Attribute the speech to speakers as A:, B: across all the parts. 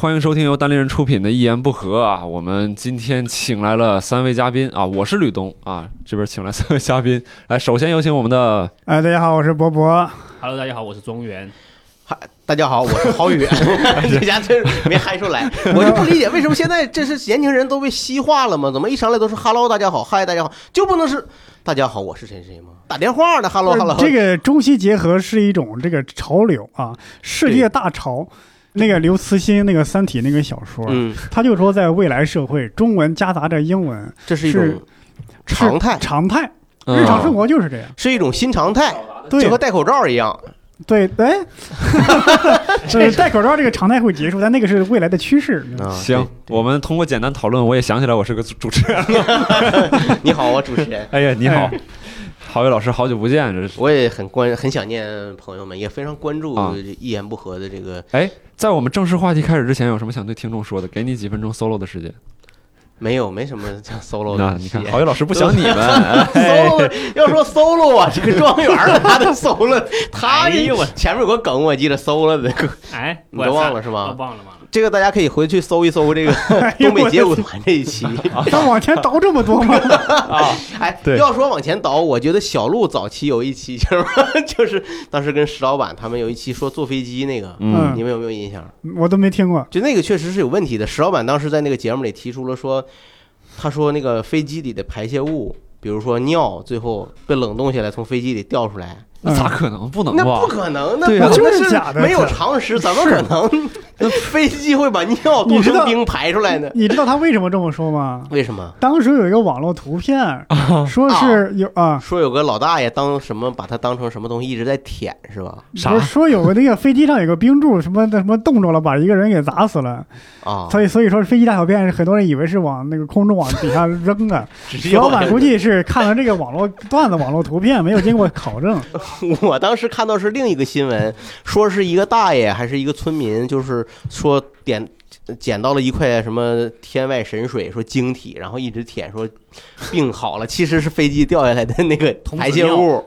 A: 欢迎收听由单立人出品的《一言不合》啊，我们今天请来了三位嘉宾啊，我是吕东啊，这边请来三位嘉宾，来，首先有请我们的
B: 哎，大家好，我是博博。
C: Hello，大家好，我是庄园。
D: 嗨，大家好，我是郝宇。 这家真是没嗨出来，我就不理解为什么现在这是年轻人都被西化了吗？怎么一上来都是 “hello，大家好”，“嗨，大家好”，就不能是“大家好，我是谁谁”吗？打电话的 “hello，hello”，
B: 这个中西结合是一种这个潮流啊，世界大潮。那个刘慈欣那个《三体》那个小说，
D: 嗯，
B: 他就说，在未来社会，中文夹杂着英文
D: 这是一
B: 是
D: 种
B: 是
D: 常态，
B: 常态，
A: 嗯
B: 日常生活就是这样。
D: 是一种新常态，就
B: 对
D: 和戴口罩一样。
B: 对， 哎，呃，戴口罩这个常态会结束，但那个是未来的趋势。
D: 啊
A: 行，我们通过简单讨论，我也想起来我是个主持人了。
D: 对 你好，我啊主持人，
A: 哎呀，你好
B: 哎，
A: 郝宇老师，好久不见，这是。
D: 我也很关很想念朋友们，也非常关注
A: 啊
D: 一言不合的这个
A: 哎，在我们正式话题开始之前，有什么想对听众说的？给你几分钟 solo 的时间。
D: 没有没什么像 solo
A: 那
D: 的
A: 你
D: 戏
A: 看，郝宇老师不想你 们，
C: 哎
A: 哎
D: solo 要说 solo 啊，这个庄园儿他的 solo，他
C: 哎
D: 这
C: 呦我
D: 前面有个梗，我记得 solo 的，
C: 哎，
D: 你都忘
C: 我
D: 了是
C: 操，
D: 吗？
C: 忘了忘了。
D: 这个大家可以回去搜一搜 这个
C: 哎
D: 东北街舞团这一期。
B: 他往前倒这么多 吗？
D: 哎，
A: 对
D: 要说往前倒，我觉得小鹿早期有一期就是 就是当时跟石老板他们有一期说坐飞机那个，
A: 嗯，
D: 你们有没有印象？
B: 我都没听过。
D: 就那个确实是有问题的。石老板当时在那个节目里提出了说，他说那个飞机里的排泄物，比如说尿，最后被冷冻下来从飞机里掉出来，
A: 那咋可能？不能
D: 那
A: 吧
D: 不？可能，那
A: 啊对
B: 啊
D: 不可
B: 就
D: 能
B: 是假的
D: 没有常识，怎么可能？ 那飞机会把尿
B: 你
D: 冻
B: 知道
D: 成冰排出来呢？
B: 你知道他为什么这么说吗？
D: 为什么？
B: 当时有一个网络图片，说是有啊，
D: 说有个老大爷当什么，把它当成什么东西一直在舔，是吧？
A: 啥
B: 不是说有个那个飞机上有个冰柱什么的什么冻着了，把一个人给砸死了。
D: 啊，
B: 所以所以说飞机大小便，很多人以为是往那个空中往底下 扔的。
D: 直
B: 石
D: 接
B: 老
D: 往
B: 板估计是看了这个网络段子、网络图片，没有经过 考证。
D: 我当时看到是另一个新闻，说是一个大爷还是一个村民，就是说点捡到了一块什么天外神水，说晶体，然后一直舔，说病好了，其实是飞机掉下来的那个
C: 童子
D: 排泄 物。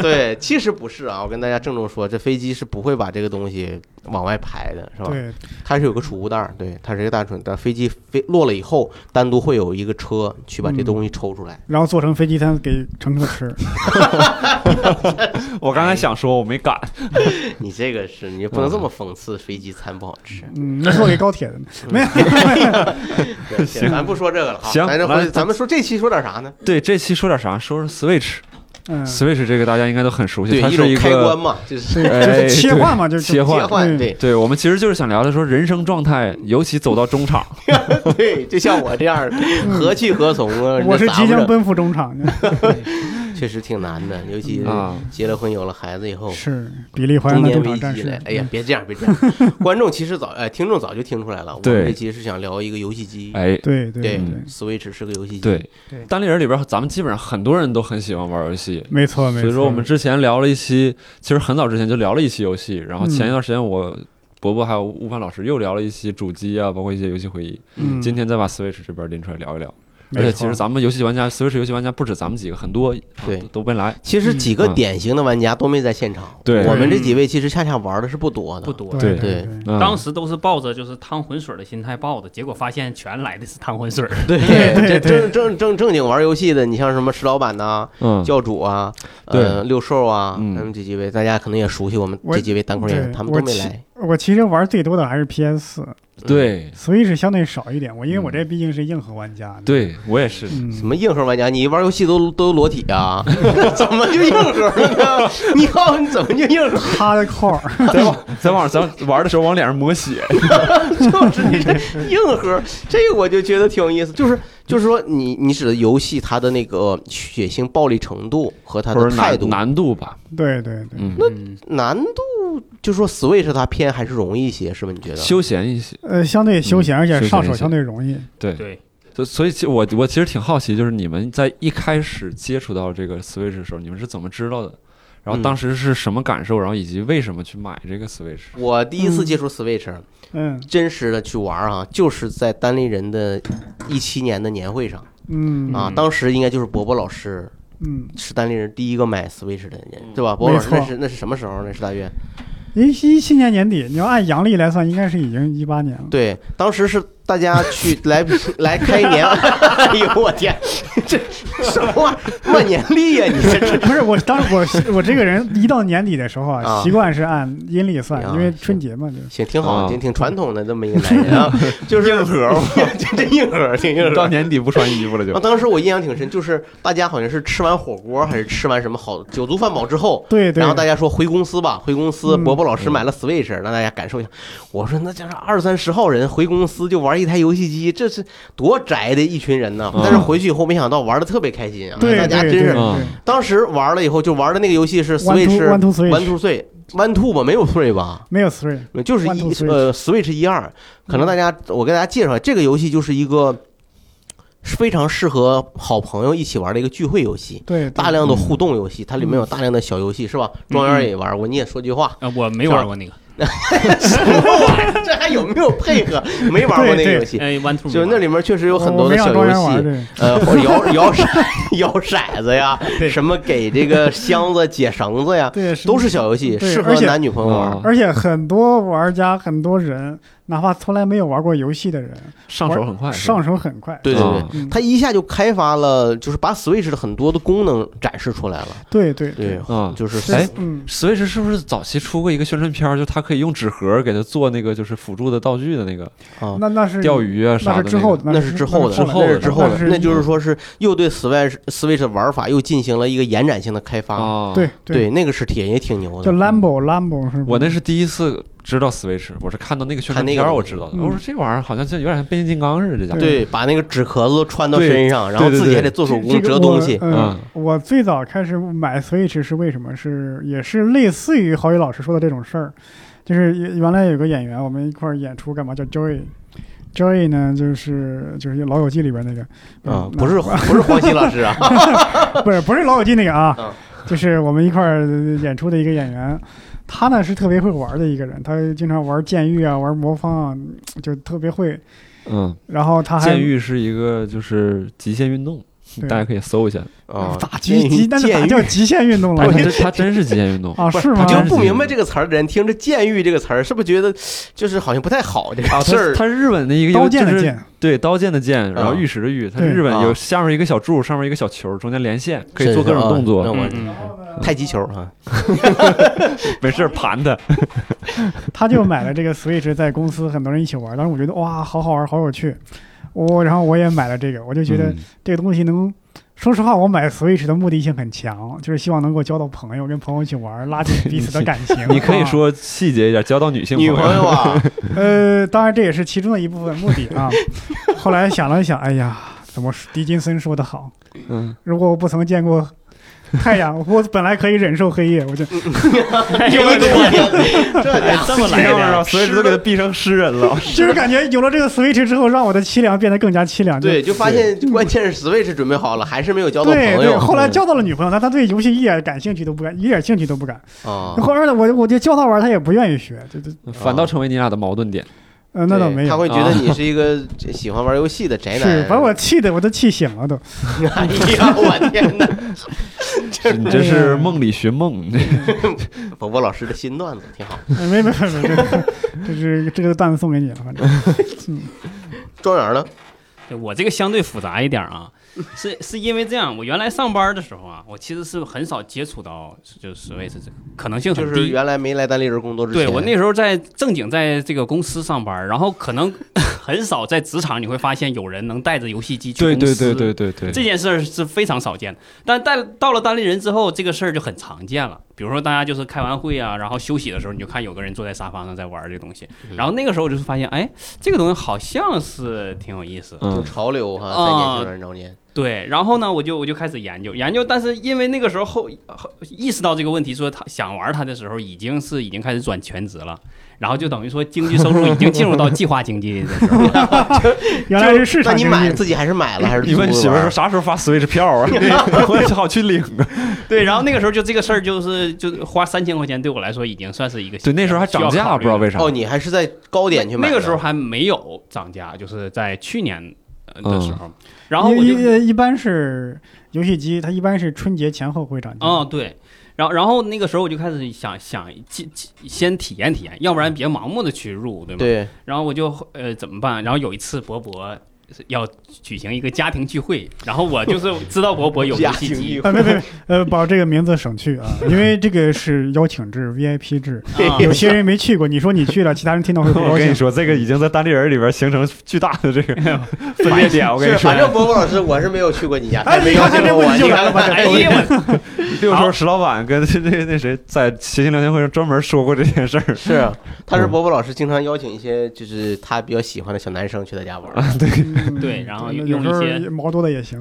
D: 对，其实不是啊，我跟大家郑重说，这飞机是不会把这个东西往外排的，是吧？
B: 对，
D: 它是有个储物袋儿，对，它是一个大储物袋儿。飞机飞落了以后，单独会有一个车去把这
B: 嗯
D: 东西抽出来。
B: 然后做成飞机餐给乘客 吃。
A: 我刚才想说，我没敢。
D: 你这个是你不能这么讽刺飞机餐不好吃。
B: 嗯，那做给高铁的呢？没有，
D: 对
A: 行
D: 咱不说这个了啊，
A: 行
D: 咱这
A: 来
D: 回咱们说这期说点啥呢？
A: 对，这期说点啥？说说 Switch。
B: 嗯，
A: Switch 这个大家应该都很熟悉，它
D: 一
A: 是
D: 种
A: 一
D: 开关
A: 个
D: 嘛，就是
B: 对，
A: 哎
B: 就是切换嘛，就是
A: 切换
D: 切换，
B: 嗯
D: 对
A: 对，我们其实就是想聊聊说人生状态，尤其走到中场，
D: 对，就像我这样的
B: 嗯
D: 何去何从啊？
B: 我是
D: 咋
B: 即
D: 不
B: 将
D: 着
B: 奔赴中场的，
D: 确实挺难的，尤其
A: 啊
D: 结了婚有了孩子以后。
B: 是比利华
D: 哦中
B: 人的
D: 年
B: 中
D: 危
B: 场战
D: 机
B: 士
D: 来。，哎呀，别这样，别这样。 观众其实早，哎，听众早就听出来了。我
A: 对
D: 们这期是想聊一个游戏机，
A: 哎
B: 嗯，，对对
D: 对
B: 对，
D: ，Switch 是个游戏机。
A: 对
B: 对，
A: 单立人里边咱们基本上很多人都很喜欢玩游戏，
B: 没错没错。
A: 所以说我们之前聊了一期，其实很早之前就聊了一期游戏，然后
B: 嗯
A: 前一段时间我。伯伯还有悟饭老师又聊了一期主机啊，包括一些游戏回忆。
B: 嗯，
A: 今天再把 Switch 这边拎出来聊一聊，
B: 没
A: 而且
B: 错
A: 其实咱们游戏玩家 Switch 游戏玩家不止咱们几个，很多啊
D: 对
B: 嗯
A: 都都没来。
D: 其实几个
A: 嗯
D: 典型的玩家都没在现场，
A: 对
D: 我们
B: 嗯
D: 这几位其实恰恰玩的是不多的，
C: 不多，
B: 对
A: 对
B: 对
A: 嗯
C: 当时都是抱着就是趟浑水的心态报的，结果发现全来的是趟浑水。
D: 对，
B: 对对
D: 这正正正正经玩游戏的，你像什么石老板呐、
A: 嗯，
D: 教主啊、呃六兽啊，
A: 嗯
D: 他们这几位，大家可能也熟悉我们
B: 我
D: 这几位单口演员，
B: 对
D: 他们
B: 我
D: 都没
B: 其
D: 来。
B: 我其实玩最多的还是 PS 四
A: 对
B: ，Switch 相对少一点。我因为我
A: 嗯
B: 这毕竟是硬核玩家，，
A: 对，我也 是。
B: 嗯，
D: 什么硬核玩家？你玩游戏都都裸体 啊？怎么就硬核了呢？ 你告诉你怎么就硬核？
B: Hardcore，
A: 在网在网上咱玩的时候往脸上抹血，
D: 就是你这硬核，这个我就觉得挺有意思。就是就是说你，你指的游戏它的那个血腥暴力程度和它
A: 或
D: 的
A: 者
D: 态度
A: 难难度吧。
B: 对对对，
A: 嗯，
C: 嗯，
D: 难度，就说 Switch 它偏还是容易一些，是吧？你觉得？
A: 休闲一些。
B: 呃，相对休
D: 嗯
B: 闲，而且
A: 休闲
B: 上
A: 一
B: 手
A: 些
B: 相对容易。
A: 对，
C: 对，
A: 所所以其我我其实挺好奇，就是你们在一开始接触到这个 Switch 的时候，你们是怎么知道的？然后
D: 嗯
A: 当时是什么感受？然后以及为什么去买这个 Switch？
D: 我第一次接触 Switch，、啊
B: 嗯
D: 真实的去玩儿啊，就是在单立人的一七年的年会上
B: 嗯
D: 啊，
C: 嗯
D: 当时应该就是伯伯老师
B: 嗯，
D: 是单立人第一个买 Switch 的人，对吧？
B: 嗯
D: 伯伯老师
B: 没错
D: 那是那是什么时候呢？是大约
B: 一一七年年底，你要按阳历来算，应该是已经一八年了。
D: 对，当时是大家去来 来开年，哎呦我天，这什么玩意儿万年历呀、你这 这
B: 不是我当时我我 这个人一到年底的时候啊，
D: 啊
B: 习惯是按阴历算，
D: 啊
B: 因为春节嘛，就是
D: 行挺好，
A: 啊
D: 挺挺传统的这么一个男人啊，就是硬核，这真硬核，挺硬
A: 到
D: 核。
A: 年底不穿衣服了就
D: 啊，。当时我印象挺深，就是大家好像是吃完火锅还是吃完什么好酒足饭饱之后，
B: 对对
D: 然后大家说回公司吧，回公司，
B: 嗯
D: 伯伯老师买了 Switch，让大家感受一下。我说那就是二三十号人回公司就玩一台游戏机，这是多宅的一群人呐！
A: 嗯
D: 但是回去以后没想到玩的特别开心啊，
B: 对
D: 大
B: 对
D: 家
B: 对
D: 真是
A: 啊
B: 对
D: 当时玩了以后就玩的那个游戏是
B: One
D: Switch
B: two one two
D: One
B: three
D: Two Three One Two 吧，没有 Three 吧？
B: 没有 three，
D: 就是
B: One,
D: 一
B: two, three
D: 呃 Switch 一二，可能大家我给大家介绍一下，这个游戏就是一个非常适合好朋友一起玩的一个聚会游戏，
B: 对，对
D: 大量的互动游戏，它里面有大量的小游戏是吧？庄园也玩过，你也说句话，
C: 呃，我没玩过那个，
D: 什么玩意儿？ 这还有没有配合？没玩过那个游戏，
C: 哎，One Two，
D: 就是那里面确实有很多
B: 我没
D: 的
B: 让
D: 小
B: 庄
D: 游
B: 园玩
D: 戏
B: 这，个，
D: 呃，或者摇 摇骰摇骰子呀，
C: 对
D: 什么给这个箱子解绳子呀，
B: 对，
D: 都是小游戏，
B: 对
D: 适合
B: 而且嗯
D: 男女朋友
A: 啊
D: 玩。
B: 而且很多玩家、很多人，哪怕从来没有玩过游戏的人，
A: 上手很快，是吧
B: 上手很快。
D: 对对对
A: 啊，
B: 嗯，
D: 他一下就开发了，就是把 Switch 的很多的功能展示出来了。
B: 对对
D: 对，
A: 啊。
D: 就是
B: 是
A: 哎
B: 嗯，
A: Switch 是不是早期出过一个宣传片儿，就它可以用纸盒给它做那个就是辅助的道具的那个
D: 啊，
B: 那那是
A: 哦钓，鱼啊
B: 那
A: 啥
B: 是
A: 的
B: 之
A: 那
B: 后
A: 个？
B: 的，
D: 那是之后的，
A: 之后的
D: 那是之后的，
B: 是
D: 那就是说是又对 Switch Switch 的玩法又进行了一个延展性的开发。
A: 啊，
B: 对，
D: 对，那个是挺也挺牛
B: 叫
D: 的。
B: Lambo Lambo 是吗
A: 我那是第一次知道 Switch，我是看到那个宣传
D: 看那
A: 片
D: 个
A: 儿我知道的。
B: 嗯
A: 我说这玩意儿好像就有点像变形金刚似的，这家伙。
D: 对，把那个纸壳子穿到
A: 对
D: 身上，然后
A: 对对
D: 自己还
A: 对
D: 得做手
B: 这
D: 工
B: 这
D: 折
B: 个
D: 东西
B: 我。嗯
A: 嗯，
B: 我最早开始买 Switch 是为什么？是也是类似于郝宇老师说的这种事儿，就是原原来有个演员，我们一块儿演出干嘛叫 Joy。Joy 呢，就是就是《老友记》里边那个，
D: 啊
B: 嗯，
D: 不是 不是黄西老师 啊，
B: 不是不是老友记那个
D: 嗯
B: 啊，就是我们一块儿演出的一个演员，他呢是特别会玩的一个人，他经常玩剑狱啊，玩魔方啊，就特别会。
A: 嗯，
B: 然后啊他还
A: 剑狱是一个就是极限运动，
B: 对
A: 大家可以搜一下。
D: 啊，
B: 打极极，那就
D: 监
B: 打
D: 狱
B: 叫极限运动了
A: 哎，它真它真是极限运动
B: 啊？
D: 不
B: 是吗
D: 你？
A: 真
D: 就是不明白这个词儿的人，听着“监狱”这个词儿，是不是觉得就是好像不太好这
B: 哦
A: 啊，
D: 个事
A: 它
D: 儿？
A: 它是日本的一个
B: 刀剑
A: 就
B: 的
A: 是
B: 剑，
A: 对，刀剑的剑，然后玉石的玉，它是
B: 对
A: 日本
D: 啊
A: 有下面一个小柱，上面一个小球，中间连线，可以做各种
D: 啊
A: 动
D: 那
A: 作。
D: 我
C: 嗯嗯
D: 太极球啊，
A: 没
B: 嗯
A: 事儿盘它。
B: 他就买了这个 Switch，在公司很多人一起玩，当时我觉得哇，好好玩，好有趣。我然后我也买了这个，我就觉得
A: 嗯
B: 这个东西能，说实话，我买 Switch 的目的性很强，就是希望能够交到朋友，跟朋友一起玩，拉近彼此的感情。
A: 你可以
B: 啊
A: 说细节一点，交到女性
D: 女朋友啊，
B: 呃，当然这也是其中的一部分目的啊。后来想了想，哎呀，怎么说狄金森说的好？
A: 嗯，
B: 如果我不曾见过太阳， 我本来可以忍受黑夜，我
D: 嗯
B: 就
D: 有了我， 这
C: 哎
D: 家
C: 这么来的呀，
A: 所以都给他逼成诗人 了。
B: 就是感觉有了这个 Switch 之后，让我的凄凉变得更加凄凉。就
D: 对，就发现关键是 Switch 准备好了，还是没有交到朋
B: 嗯对对，
D: 友
B: 后来交到了女朋友，但她对游戏一点感兴趣都不感，一点兴趣都不感。
D: 啊。
B: 后来呢，我我就教她玩，她也不愿意学，就就
A: 反倒成为你俩的矛盾 点。
B: 呃，那倒
D: 对
B: 没
D: 他
B: 有。
D: 会觉得你是一个喜欢玩游戏的宅
B: 是
D: 男。
B: 把我气的，我都气醒了都。
D: 哎呀，我天哪！
A: 你这是梦里寻梦，
D: 伯伯老师的新段子挺好。
B: 哎没没没没，这个这是这个段子送给你了，反正。
D: 庄园呢？
C: 对我这个相对复杂一点啊，是是因为这样，我原来上班的时候啊，我其实是很少接触到就是所谓是这个可能性
D: 就
C: 很
D: 是
C: 低。
D: 原来没来单立人工作之前，
C: 对我那时候在正经在这个公司上班，然后可能 很少在职场你会发现有人能带着游戏机去公
A: 对对
C: 司。
A: 对对对对，
C: 这件事儿是非常少见的。但带到了单立人之后，这个事儿就很常见了。比如说，大家就是开完会啊，然后休息的时候，你就看有个人坐在沙发上在玩这东西。
D: 嗯
C: 然后那个时候我就是发现，哎，这个东西好像是挺有意思。
D: 就
A: 嗯
D: 潮流哈，在年
C: 啊
D: 轻人中间，
C: 对，然后呢，我就我就开始研究研究，但是因为那个时候后后意识到这个问题，说他想玩它的时候，已经是已经开始转全职了，然后就等于说经济收入已经进入到计划经济 的时候了。
B: 原来是市
D: 那
B: 场
D: 你
B: 经
D: 买
B: 济，
D: 自己还是买了还是
A: 你问
D: 租的
A: 媳妇儿
D: 玩
A: 说
D: 儿
A: 啥时候发 Switch 票啊？ 我也好去领啊。
C: 对，然后那个时候就这个事儿就是就是花三千块钱对我来说已经算是一个
A: 对，那时候还涨
C: 需要
A: 价，
C: 考
A: 不
C: 虑
A: 知道为啥。
D: 哦，你还是在高点去
C: 那
D: 买的。
C: 个时候还没有涨价，就是在去年呃的
A: 嗯
C: 时候，然后我
B: 一
C: 就
B: 一一般是游戏机，它一般是春节前后会涨价。
C: 哦对，然后然后那个时候我就开始想想先先体验体验，要不然别盲目的去入，对吗？
D: 对，
C: 然后我就呃怎么办？然后有一次博博要举行一个家庭聚会，然后我就是知道博博有游
D: 家
C: 戏
D: 庭
C: 机
D: 聚，
B: 啊，
D: 会
B: 没没，呃，把这个名字省去啊，因为这个是邀请制、VIP 制，
C: 啊
B: 有些人没去过，你说你去了，其他人听到会 不
A: 我
B: 高
A: 跟你
B: 兴。
A: 说，这个已经在单立人里边形成巨大的这个分
C: 裂
A: 裂点。我跟你
D: 是，
A: 说
D: 反，正波波老师，我是没有去过你家，
B: 哎
D: 没
B: 你
D: 邀
B: 看
D: 请
B: 看这
D: 过我，
B: 问题
D: 你
B: 就来了吧
D: 看
C: 哎呀，我
A: 六兽石老板跟那那那谁在谐星聊天会上专门说过这件事儿。
D: 是，啊他
C: 嗯
D: 是波波老师经常邀请一些就是他比较喜欢的小男生去他家玩儿，
B: 嗯
C: 对然后
B: 有
C: 用
B: 时
C: 一
B: 候
C: 些
B: 毛多的也行。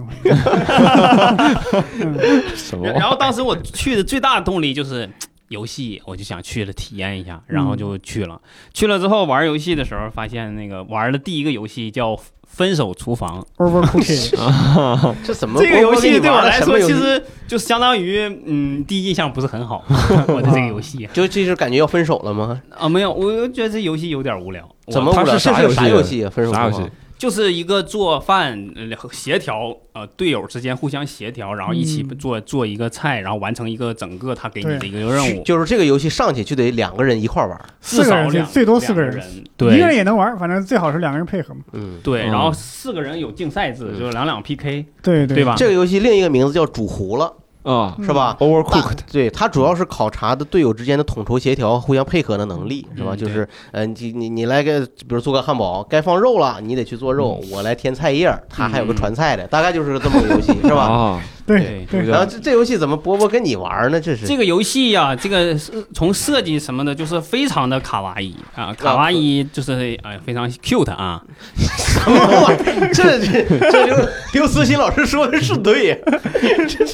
A: 什
C: 然然后当时我去的最大的动力就是。游戏我就想去了体验一下，然后就去了。去了之后玩游戏的时候，发现那个玩的第一个游戏叫《分手厨房》，
B: Over
C: 啊
B: Cookie，
D: 这怎么
C: 这个游戏对
D: 波
C: 我
D: 波给你玩了
C: 来
D: 什
C: 说，
D: 么游
C: 其
D: 戏
C: 实就相当于，嗯，第一印象不是很好。 我的这个游戏
D: 就这是感觉要分手了吗？
C: 啊，没有，我觉得这游戏有点无聊。我
D: 怎么无
A: 它是
D: 聊？
A: 啥
D: 这是
A: 游
D: 啥
A: 戏
D: 游戏啊？分手
A: 啥游
D: 吗
A: 戏？
C: 就是一个做饭呃和协调，呃，队友之间互相协调，然后一起
B: 嗯
C: 做做一个菜，然后完成一个整个他给你
B: 对
C: 的一个任务，
D: 就是这个游戏上去就得两个人一块儿玩儿，
B: 四
C: 至
B: 个
C: 少
B: 人最
C: 两
B: 最多四
C: 两
B: 个
C: 个
B: 人，
C: 人，
B: 一个人
C: 对
B: 也能玩，反正最好是两个人配合嘛。
D: 嗯。
C: 对，
A: 嗯
C: 然后四个人有竞赛制，就是两两 PK，
B: 对
C: 对
B: 对
C: 吧？
D: 这个游戏另一个名字叫煮糊了，
A: 啊
D: 是吧？
A: ，Overcooked
D: 大对，它主要是考察的队友之间的统筹协调、互相配合的能力，是吧？
C: 嗯
D: 就是，呃，你你你来个，比如做个汉堡，该放肉了，你得去做肉，我来添菜叶儿，它还有个传菜的，大概就是这么个游戏，是吧？
A: 啊，
B: 对
C: 对
A: 对
D: 然后这这游戏怎么波波跟你玩呢？这是
C: 这个游戏呀、这个是从设计什么的，就是非常的卡哇伊啊，卡哇伊就是哎、非常 cute 啊，
D: 什么玩意儿？这这这刘刘思欣老师说的是对，这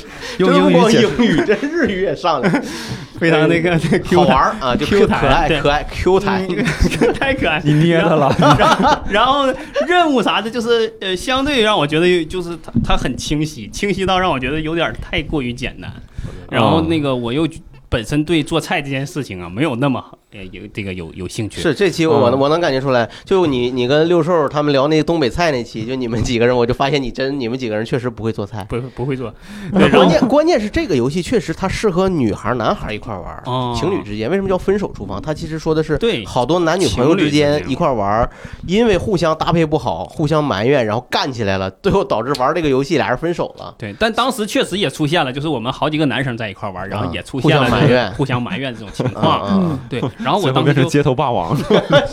A: 用
D: 真
A: 英
D: 不光
A: 语解
D: 英语，这日语也上来了，
C: 非常那个
D: 好
C: Q
D: 玩儿啊，就
C: Q
D: 可
C: 弹
D: 爱
C: 对嗯
D: 可爱 Q 弹，
C: 太可爱，
A: 你捏他了，
C: 然后任务啥的，就是呃，相对让我觉得就是它它很清晰，清晰到让我觉得有点太过于简单。然后那个我又本身对做菜这件事情啊，没有那么呃有这个有有兴趣。
D: 是这期我能
A: 嗯
D: 我能感觉出来，就你你跟六兽他们聊那东北菜那期，就你们几个人，我就发现你真你们几个人确实不会做菜。
C: 不不会做，对，然
D: 关
C: 后
D: 键关键是这个游戏确实它适合女孩儿男孩儿一块儿玩儿，
C: 哦
D: 情侣之间为什么叫分手厨房？它其实说的是
C: 对
D: 好多男女朋友之
C: 情侣之
D: 间
C: 间
D: 一块儿玩儿，因为互相搭配不好，互相埋怨，然后干起来了，最后导致玩这个游戏俩人分手 了。
C: 对，但当时确实也出现了，就是我们好几个男生在一块玩，然后也出现了
D: 互相埋怨
C: 互相埋怨这种情
D: 啊
C: 况。
D: 啊，
C: 对，然后
A: 嗯
C: 我
A: 最后
C: 当
A: 变
C: 时
A: 成
C: 就
A: 街头霸王了。
B: 哎
D: 啊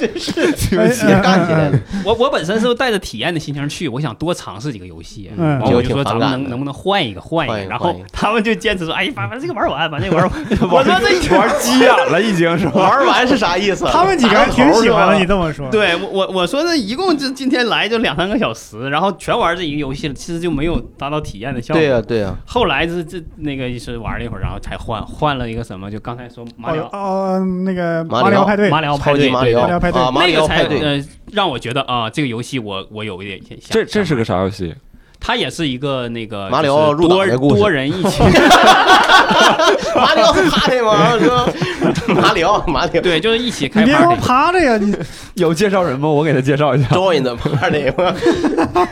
D: 也干起来 了。
C: 我我本身是带着体验的心情去，我想多尝试几个游戏，
B: 嗯
C: 然后我
D: 结
C: 就
D: 果挺
C: 说
D: 反
C: 咱
D: 感
C: 们
D: 的
C: 能能不能换一个换一
D: 换一
C: 个，
D: 个
C: 然
D: 换
C: 后
D: 一个
C: 他们就坚持说，哎，把把这个玩完，把那个玩完。 我说这
A: 玩急眼了，已经是吧？
D: 玩完是啥意思？啊
B: 他们几个还挺喜欢的，你
D: 的。
B: 这么说。
C: 对我我我说这一共就今天来就两三个小时，然后全玩这一个游戏了，其实就没有达到体验的效果。
D: 对呀、对呀、
C: 后来是这那个是玩了一会儿，然后才换换了一个什么，就刚才说马里
B: 哦
C: 奥
B: 哦，那个
D: 马里奥
B: 马里奥派对，
C: 马里奥派
D: 超级
C: 对，
D: 马
C: 对
D: 里奥
B: 马里奥派对
D: 啊，马
C: 那
D: 里
C: 个
D: 奥
C: 才
D: 派对，
C: 呃让我觉得啊，这个游戏我我有一点想
A: 这这
C: 想
A: 是个啥游戏？
C: 它也是一个那个
D: 马里
C: 就是
D: 奥入党
C: 多
D: 的故事
C: 多人一 起，
D: 马里奥是他 的吗？是吧马里奥，马里奥
C: 对，就是一起
B: 你
C: 开
B: 别给我
C: party。
B: 爬着呀，你
A: 有介绍人吗？我给他介绍一下。
D: ，join the party 吗？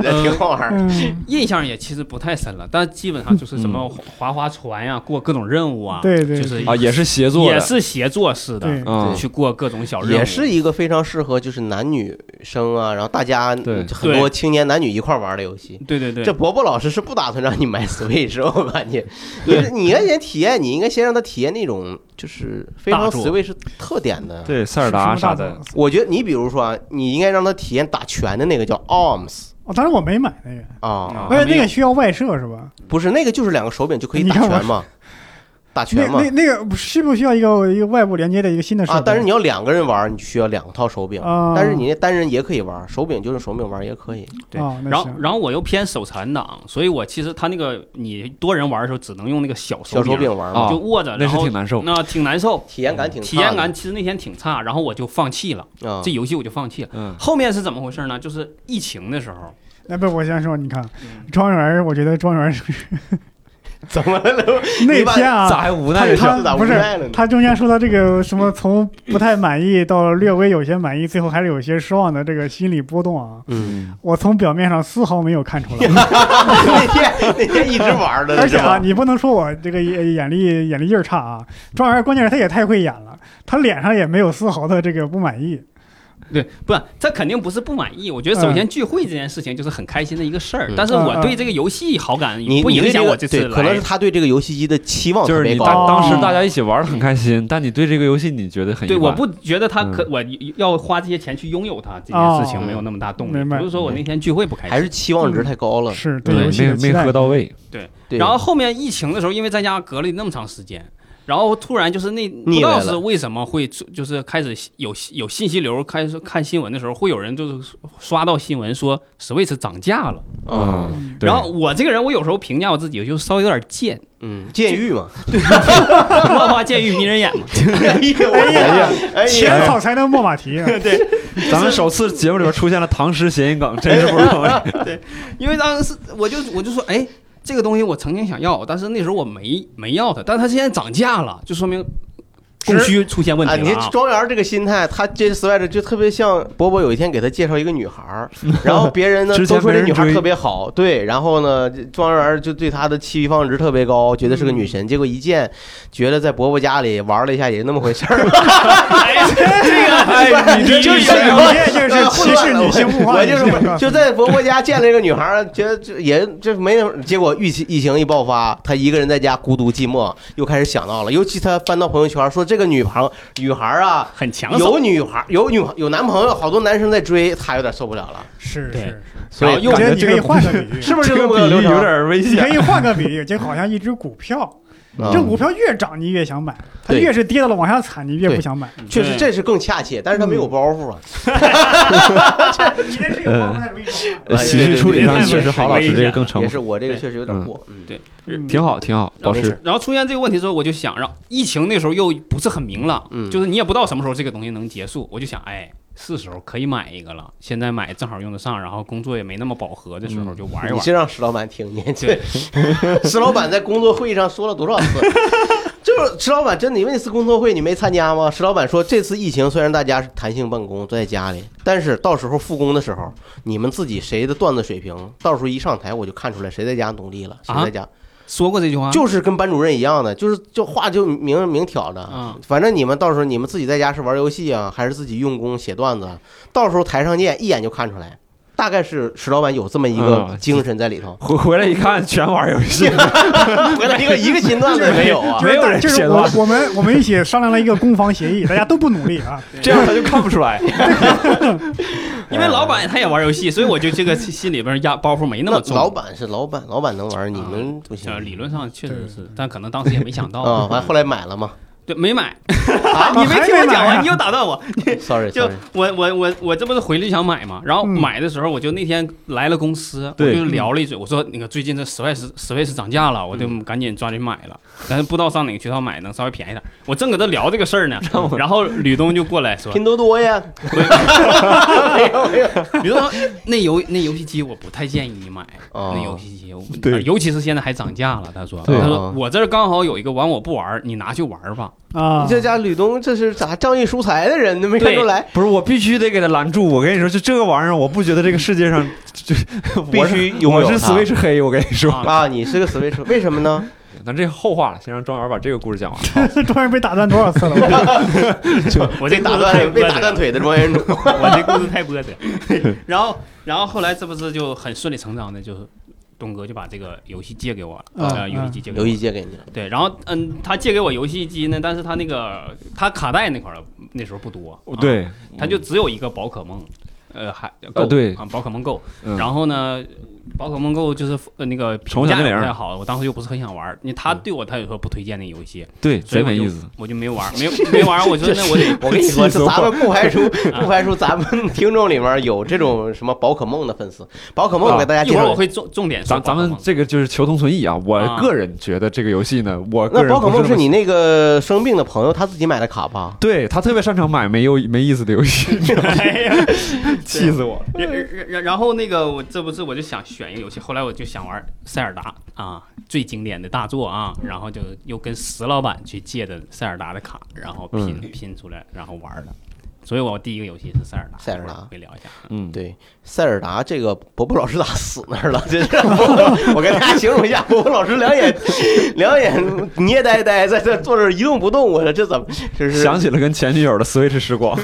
D: 这挺好玩儿。
B: 嗯，
C: 印象也其实不太深了，但基本上就是什
D: 嗯
C: 么划划船呀、过各种任务啊，
B: 对对
C: 就是
A: 啊，也是协作的，
C: 也是协作式的
B: 对，
A: 啊，
C: 去过各种小任务，
D: 嗯也是一个非常适合就是男女生啊，然后大家
A: 对
D: 很多青年男女一块儿玩的游戏。
C: 对对对，
D: 这伯伯老师是不打算让你买 Switch，我感觉，你你应该先体验，你应该先让他体验那种就是非常
C: 大作
D: Switch 特点的。，
A: 对塞尔
C: 啊
A: 达啥的，
B: 是。
D: 我觉得你比如说啊，你应该让他体验打拳的那个叫 Arms
B: 哦，当然我没买那个，
D: 啊，
B: 而且
C: 没
B: 那
C: 有
B: 个需要外设是吧？
D: 不是那个就是两个手柄就可以
B: 你
D: 打
B: 看我
D: 拳嘛，打
B: 那
D: 拳嘛
B: 那那个不是需不需要一个一个外部连接的一个新的设备？
D: 啊，但是你要两个人玩儿，你需要两套手柄，
B: 啊
D: 但是你那单人也可以玩儿，手柄就用手柄玩儿也可以。
C: 对
B: 哦，那
C: 然后
B: 行，
C: 然后我又偏手残党，所以我其实他那个你多人玩的时候，只能用那个小
D: 小手
C: 手
D: 柄玩儿
A: 啊
D: 嘛，
C: 就握着，
A: 那
C: 然
A: 是
C: 后
A: 挺难受。
C: 那挺难受，
D: 体验感挺差的
C: 体验感其实那天挺差，然后我就放弃了
D: 啊
C: 这，游戏，我就放弃了。
A: 嗯，
C: 后面是怎么回事呢？就是疫情的时候，
B: 哎
C: 嗯
B: 那不，我先说，你看，庄园，我觉得庄园是
D: 怎么了？
B: 那天啊，
A: 咋还无奈
B: 他
A: 着
D: 小
A: 笑？
D: 子咋
B: 他不
D: 无
B: 是
D: 奈了呢
B: 他中间说到这个什么从不太满意到略微有些满意，最后还是有些失望的这个心理波动啊，
D: 嗯，
B: 我从表面上丝毫没有看出来。
D: 那天那天一直玩的，
B: 而且啊，
D: 是吧
B: 你不能说我这个眼眼力眼力劲儿差啊，这玩意儿关键是他也太会演了，他脸上也没有丝毫的这个不满意。
C: 对，不，这肯定不是不满意。我觉得首
B: 嗯
C: 先聚会这件事情就是很开心的一个事儿，
D: 嗯
C: 但是我对这个游戏好感
D: 你
C: 不
D: 你
C: 影
D: 对这
C: 响
D: 个
C: 我这次
D: 对可能
C: 来
D: 是。他对这个游戏机的期望
A: 就
D: 特
A: 是
D: 别
A: 你
D: 高。
A: 当当时
B: 哦
A: 大家一起玩的很开心，但你对这个游戏你觉得很
C: 对，
A: 一般
C: 我不觉得
D: 嗯
C: 他可我要花这些钱去拥有它这件事情没有那么大动力，
B: 哦明白
C: 不是说我那天聚会不开心，
D: 还是期望值太高了。
B: 是对
A: 对
B: 游戏的
A: 没
B: 期
A: 没
B: 待
A: 喝。到位，
D: 对，
C: 然后后面疫情的时候，因为在家隔离那么长时间，然后突然就是那不知道是为什么会出就是开始有有信息流，开始看新闻的时候，会有人就是刷到新闻说 Switch 涨价了。
D: 嗯
A: 嗯，对
C: 然后我这个人，我有时候评价我自己就稍微有点贱，
D: 嗯，监狱嘛，
C: 乱花渐欲迷人眼嘛。
D: 哎呦
B: 哎呀，
D: 哎呀，
B: 浅草才能没马蹄啊。
A: 咱们首次节目里边出现了唐诗谐音梗，真是不容易。
C: 因为当时我就我就说，哎，这个东西我曾经想要，但是那时候我没没要它，但它现在涨价了，就说明供需出现问
D: 啊，
C: 题
D: 你
C: 了、啊。
D: 庄园这个心态，他这 Switch 就特别像波波有一天给他介绍一个女孩儿，然后别人呢
A: 之前
D: 都说
A: 没
D: 这
A: 人
D: 女孩儿
A: 追
D: 特别好，对，然后呢庄园就对她的期望值特别高，觉得是个女神，结果一见觉得在伯伯家里玩了一下也就那么回事儿，
A: 哎，你这
B: 就
A: 就是是
B: 你这就是歧视女性物化
D: 我
B: 女
D: 就是
B: 性。
D: 就在伯伯家见了一个女孩儿，觉得这也这没什么，结果疫情疫情一爆发，他一个人在家孤独寂寞，又开始想到了，尤其他翻到朋友圈说这个女朋女孩儿啊。
C: 很抢手，
D: 有女孩儿，有女有男朋友，好多男生在追，他有点受不了了，
B: 是
C: 对
B: 是，
D: 所
C: 然
D: 以
C: 后
B: 我
C: 又
B: 觉
A: 感
B: 得
A: 觉
B: 你
A: 这
B: 可
A: 个
B: 以换个比喻，
D: 是不是
A: 这
D: 这
A: 个
D: 么个
A: 比
D: 流
A: 喻
D: 程
A: 有点危
B: 你可
A: 险。
B: 以换个比喻，就好像一只股票，
D: 嗯
B: 这股票越涨你越想买，它
D: 对
B: 越是跌到了往下惨，你越不想买。
D: 确实这是更恰切，但是他没有包袱啊。
B: 你这是有包袱在里面
A: 呃喜剧处理上确实郝老师这个更成
D: 也
A: 熟，
D: 是我这个确实有点过，嗯，
C: 对
B: 嗯
A: 挺好挺好，保
C: 然后
A: 持。
C: 然后出现这个问题之后，我就想，让疫情那时候又不是很明朗，
D: 嗯
C: 就是你也不知道什么时候这个东西能结束，我就想，哎。是时候可以买一个了，现在买正好用得上，然后工作也没那么饱和的时候就玩一
D: 嗯你
C: 玩。
D: 先让石老板听见，这 石老板在工作会议上说了多少次？ 就是石老板真的，因为那次工作会你没参加吗？石老板说，这次疫情虽然大家是弹性办公，都在家里，但是到时候复工的时候，你们自己谁的段子水平，到时候一上台我就看出来谁在家努力了，谁在家
C: 说过这句话，
D: 就是跟班主任一样的，就是就话就明明挑的。
C: 啊
D: 反正你们到时候你们自己在家是玩游戏啊，还是自己用功写段子啊，到时候台上见，一眼就看出来。大概是石老板有这么一个
C: 啊
A: 嗯，
D: 精神在里头
A: 回回来一看，全玩游戏，
D: 回来一个一个新段子也没有啊
B: 就
A: 没有
B: 是
A: 人
B: 就是
A: 写的
B: 我
A: 吧
B: 我们我们一起商量了一个攻防协议，大家都不努力啊，
A: 这样他就看不出来。
C: 因为老板他也玩游戏，所以我就这个心里边压包袱 没那么重。
D: 老板是老板，老板能玩，你们不行
C: 呃，理论上确实是，但可能当时也没想到
D: 啊。 完后来买了吗
C: 对，没 买。
D: 啊
C: 你没听
B: 还没
C: 我讲
B: 买啊
C: 完，你又打断我。
D: ？Sorry
C: 就
D: Sorry，
C: 我我我我这不是回了一想买嘛，然后
B: 嗯
C: 买的时候我就那天来了公司，我
A: 对
C: 就聊了一嘴，我说那个最近这 Switch Switch 涨价了，我就赶紧抓紧买了，但是不知道上哪个渠道买能稍微便宜点。我正搁这聊这个事儿 呢，然后吕东就过来说，
D: 拼多 多呀， 哦没有没有，
C: 吕东说那游那游戏机我不太建议你买，
D: 哦
C: 那游戏机我
A: 对
C: 尤其是现在还涨价了，他说
A: 对
C: 他
D: 啊
C: 说我这儿刚好有一个玩我不玩，你拿去玩吧。
B: 啊
D: 你，这家吕东这是咋仗义疏财的人呢？没看
C: 对
D: 出来，
A: 不是，我必须得给他拦住。我跟你说，就这个玩意儿，我不觉得这个世界上就
D: 必须拥
A: 我
D: 有
A: 是
D: 它
A: Switch 黑，我跟你说。
C: 啊
D: 啊！你是个 Switch，为什么呢？
A: 咱这后话了，先让庄园把这个故事讲完。
B: 这终于被打断多少次了？我
C: 我
D: 被
C: 这
D: 打
C: 故事太
D: 断被
C: 波
D: 打
C: 折
D: 断
C: 了
D: 腿的庄园主，
C: 我这故事太波折。然后，然后后来这不是就很顺理成章的，就是东哥就把这个游戏借给我了，
B: 嗯
C: 呃，
B: 嗯
C: 游戏机借给
D: 刘
C: 我
D: 毅
C: 了。
D: 借给你了。
C: 对，然后嗯，他借给我游戏机呢，但是他那个他卡带那块儿那时候不多，啊，
A: 哦对，
C: 他就只有一个宝可梦，呃，还
A: 呃
C: Go，
A: 对
C: 啊，宝可梦 Go，
A: 嗯
C: 然后呢。宝可梦 Go 就是呃那个
A: 宠物
C: 评
A: 小
C: 价
A: 精灵
C: 不太好，我当时又不是很想玩儿，因为他对我他有时候不推荐那游戏，
A: 对，
C: 所
A: 贼
C: 以我
A: 没
C: 就
A: 意思。
C: 我就没玩儿，没有没玩儿，我说那我得
D: 我跟你说，
A: 气
D: 这
A: 死我
D: 咱们不排除
C: 啊
D: 不排除咱们听众里面有这种什么宝可梦的粉丝。宝可梦，我给大家
C: 啊一
D: 介
C: 会儿
D: 绍
C: 我。会重重点说
A: 咱咱
C: 宝可
A: 们
C: 梦
A: 这个就是求同存异啊。我
C: 啊
A: 个人觉得这个游戏呢，我个
D: 那
A: 人
D: 宝可
A: 不
D: 梦
A: 是
D: 是
A: 那么
D: 你那个生病的朋友他自己买的卡吧？
A: 对他特别擅长买没有没意思 的游戏，
C: 哎呀
A: 气死我了。
C: 然然然然后那个我这不是我就想学选一个游戏，后来我就想玩塞尔达啊，最经典的大作啊，然后就又跟石老板去借的塞尔达的卡，然后拼、
D: 嗯
C: 拼出来，然后玩的。所以我第一个游戏是塞尔达，
D: 塞尔达
C: 会聊一下。
A: 嗯，
D: 对，塞尔达这个伯伯老师咋死那儿了？ 这是我我跟大家形容一下，伯伯老师两眼两眼捏呆呆，在这坐这儿一动不动，我说这怎么这是
A: 想起了跟前女友的 Switch 时 光，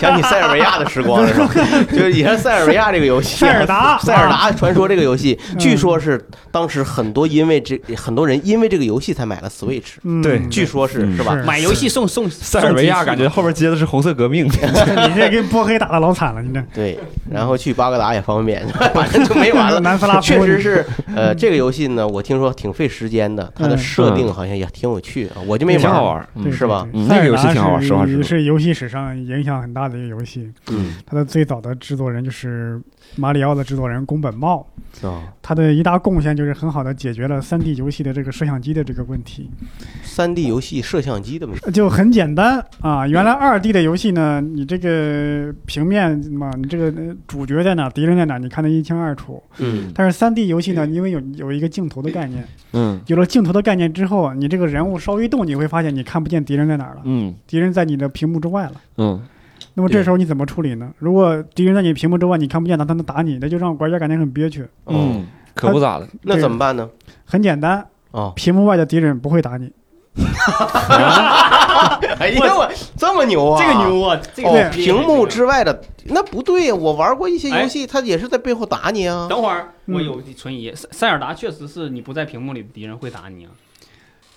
D: 想起塞尔维亚的时光了是吧？ 就是以前塞尔维亚这个游戏啊，
B: 塞尔达 啊
D: 塞尔达传说这个游戏，
B: 嗯
D: 据说是当时很多因为这很多人因为这个游戏才买了 Switch，
B: 嗯，
A: 对
D: 据说是
A: 嗯
D: 是吧？
C: 买游戏送送
A: 塞尔维亚感觉
C: 送机器
A: 后边接的是红色革 命。
B: 你这跟波黑打的老惨了，你
A: 嗯
B: 这
D: 对，然后去巴格达也方便， 反正就没完 了。
B: 南斯拉夫
D: 确 实是，呃，这个游戏呢，我听说挺费时间的，它的
B: 嗯
D: 设定好像也挺有趣的，啊我就没
A: 挺
D: 玩
A: 好
D: 儿。
A: 玩儿，
B: 对
A: 嗯，
D: 是吧
B: 对对
A: 嗯那个游戏
B: 塞尔达
A: 挺好玩
B: 是
A: 实话实说
B: 是游戏史上影响很大的一个游戏。
D: 嗯，
B: 它的最早的制作人就是马里奥的制作人宫本茂，
D: 哦，
B: 他的一大贡献就是很好的解决了 3D 游戏的这个摄像机的这个问题。
D: 三 D 游戏摄像机的嘛，
B: 就很简单啊。原来二 D 的游戏呢，你这个平面嘛，你这个呃主角在哪，敌人在哪，你看得一清二楚。
D: 嗯
B: 但是三 D 游戏呢，因为有有一个镜头的概念，
A: 嗯
B: 有了镜头的概念之后，你这个人物稍微一动，你会发现你看不见敌人在哪儿了，
A: 嗯
B: 敌人在你的屏幕之外了。
A: 嗯，
B: 那么这时候你怎么处理呢？如果敌人在你屏幕之外，你看不见他，他能打你，那就让玩家感觉很憋屈。
D: 哦，
A: 嗯，可不咋的，
D: 那怎么办呢？
B: 很简单，
D: 哦，
B: 屏幕外的敌人不会打你。
D: 哎呀，我这么牛啊！
C: 这个牛啊，这个
D: 哦，
C: 这个
D: 屏幕之外的那不对呀，我玩过一
B: 哎
D: 些游戏，它也是在背后打你啊。
C: 等会儿
B: 嗯
C: 我有存疑，塞塞尔达确实是你不在屏幕里的敌人会打你啊。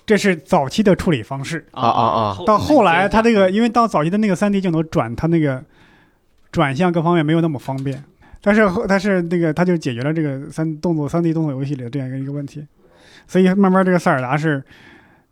B: 这是早期的处理方式。
D: 啊啊啊
B: 到后来，它这个因为到早期的那个三 D 镜头转，它那个转向各方面没有那么方便。但是后但是那个它就解决了这个三动作三 D 动作游戏里的这样一个一个问题，所以慢慢这个塞尔达是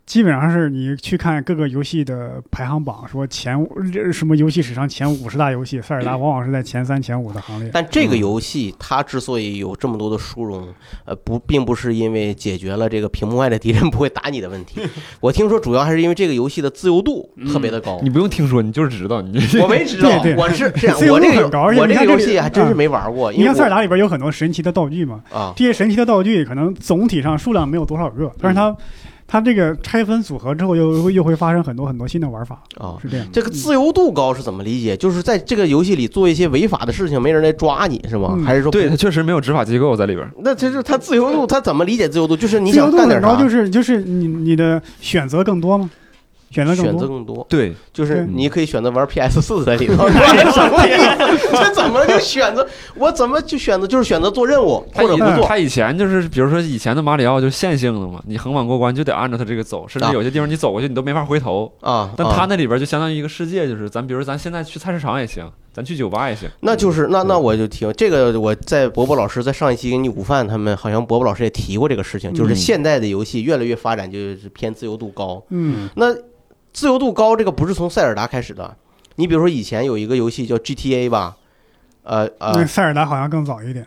B: 基本上是你去看各个游戏的排行榜，说前五这什么游戏史上前五十大游戏，塞尔达往往是在前三前五的行列。
D: 但这个
C: 嗯
D: 游戏它之所以有这么多的殊荣，呃，不，并不是因为解决了这个屏幕外的敌人不会打你的 问题。我听说主要还是因为这个游戏的自由度特别的高。
A: 你不用听说，你就是知道，你这
D: 我没知
B: 嗯
D: 道啊
B: 对，对
D: 我是这样，
B: 自由
D: 我
B: 度
D: 这个
B: 很高
D: 游
B: 而且
D: 我
B: 你
D: 这个
B: 看
D: 游
B: 这里
D: 戏还真是
B: 嗯
D: 没玩过。
B: 你
D: 因为
B: 看
D: 我
B: 塞尔达里边有很多神奇的道具嘛，
D: 啊，
B: 这些神奇的道具可能总体上数量没有多少个，但是
D: 嗯
B: 它它这个拆分组合之后又，又又会发生很多很多新的玩法，
D: 哦
B: 是这样的。
D: 这个自由度高是怎么理解？就是在这个游戏里做一些违法的事情，没人来抓你是吗？
B: 嗯
D: 还是说不
A: 对他确实没有执法机构在里边儿，
D: 那这就是他自由度，他怎么理解自由度？就是你
B: 自由
D: 想
B: 度
D: 干点
B: 很
D: 啥
B: 高，，就是就是你你的选择更多吗？选择更
D: 选择
B: 多，
D: 更多，
A: 对，
D: 就
B: 对
D: 是你可以选择玩 PS 四在 里头，这什么呀？这怎么就选择？我怎么就选择？就是选择做任务或者不
B: 嗯
D: 做
A: 他以前就是，比如说以前的马里奥就是线性的嘛，你横版过关就得按照他这个走，甚
D: 啊
A: 至有些地方你走过去你都没法回头。
D: 啊？
A: 但
D: 啊
A: 他那里边就相当于一个世界，就是咱比如咱现在去菜市场也行，咱去酒吧也行。
D: 那就是那
A: 嗯
D: 那我就听这个，我在伯伯老师在上一期跟你午饭，他们好像伯伯老师也提过这个事情，就
A: 嗯
D: 是现在的游戏越来越发展，就是偏自由度高。
B: 嗯，
D: 那自由度高这个不是从塞尔达开始的，你比如说以前有一个游戏叫 GTA 吧，呃呃，
B: 那塞尔达好像更早一点，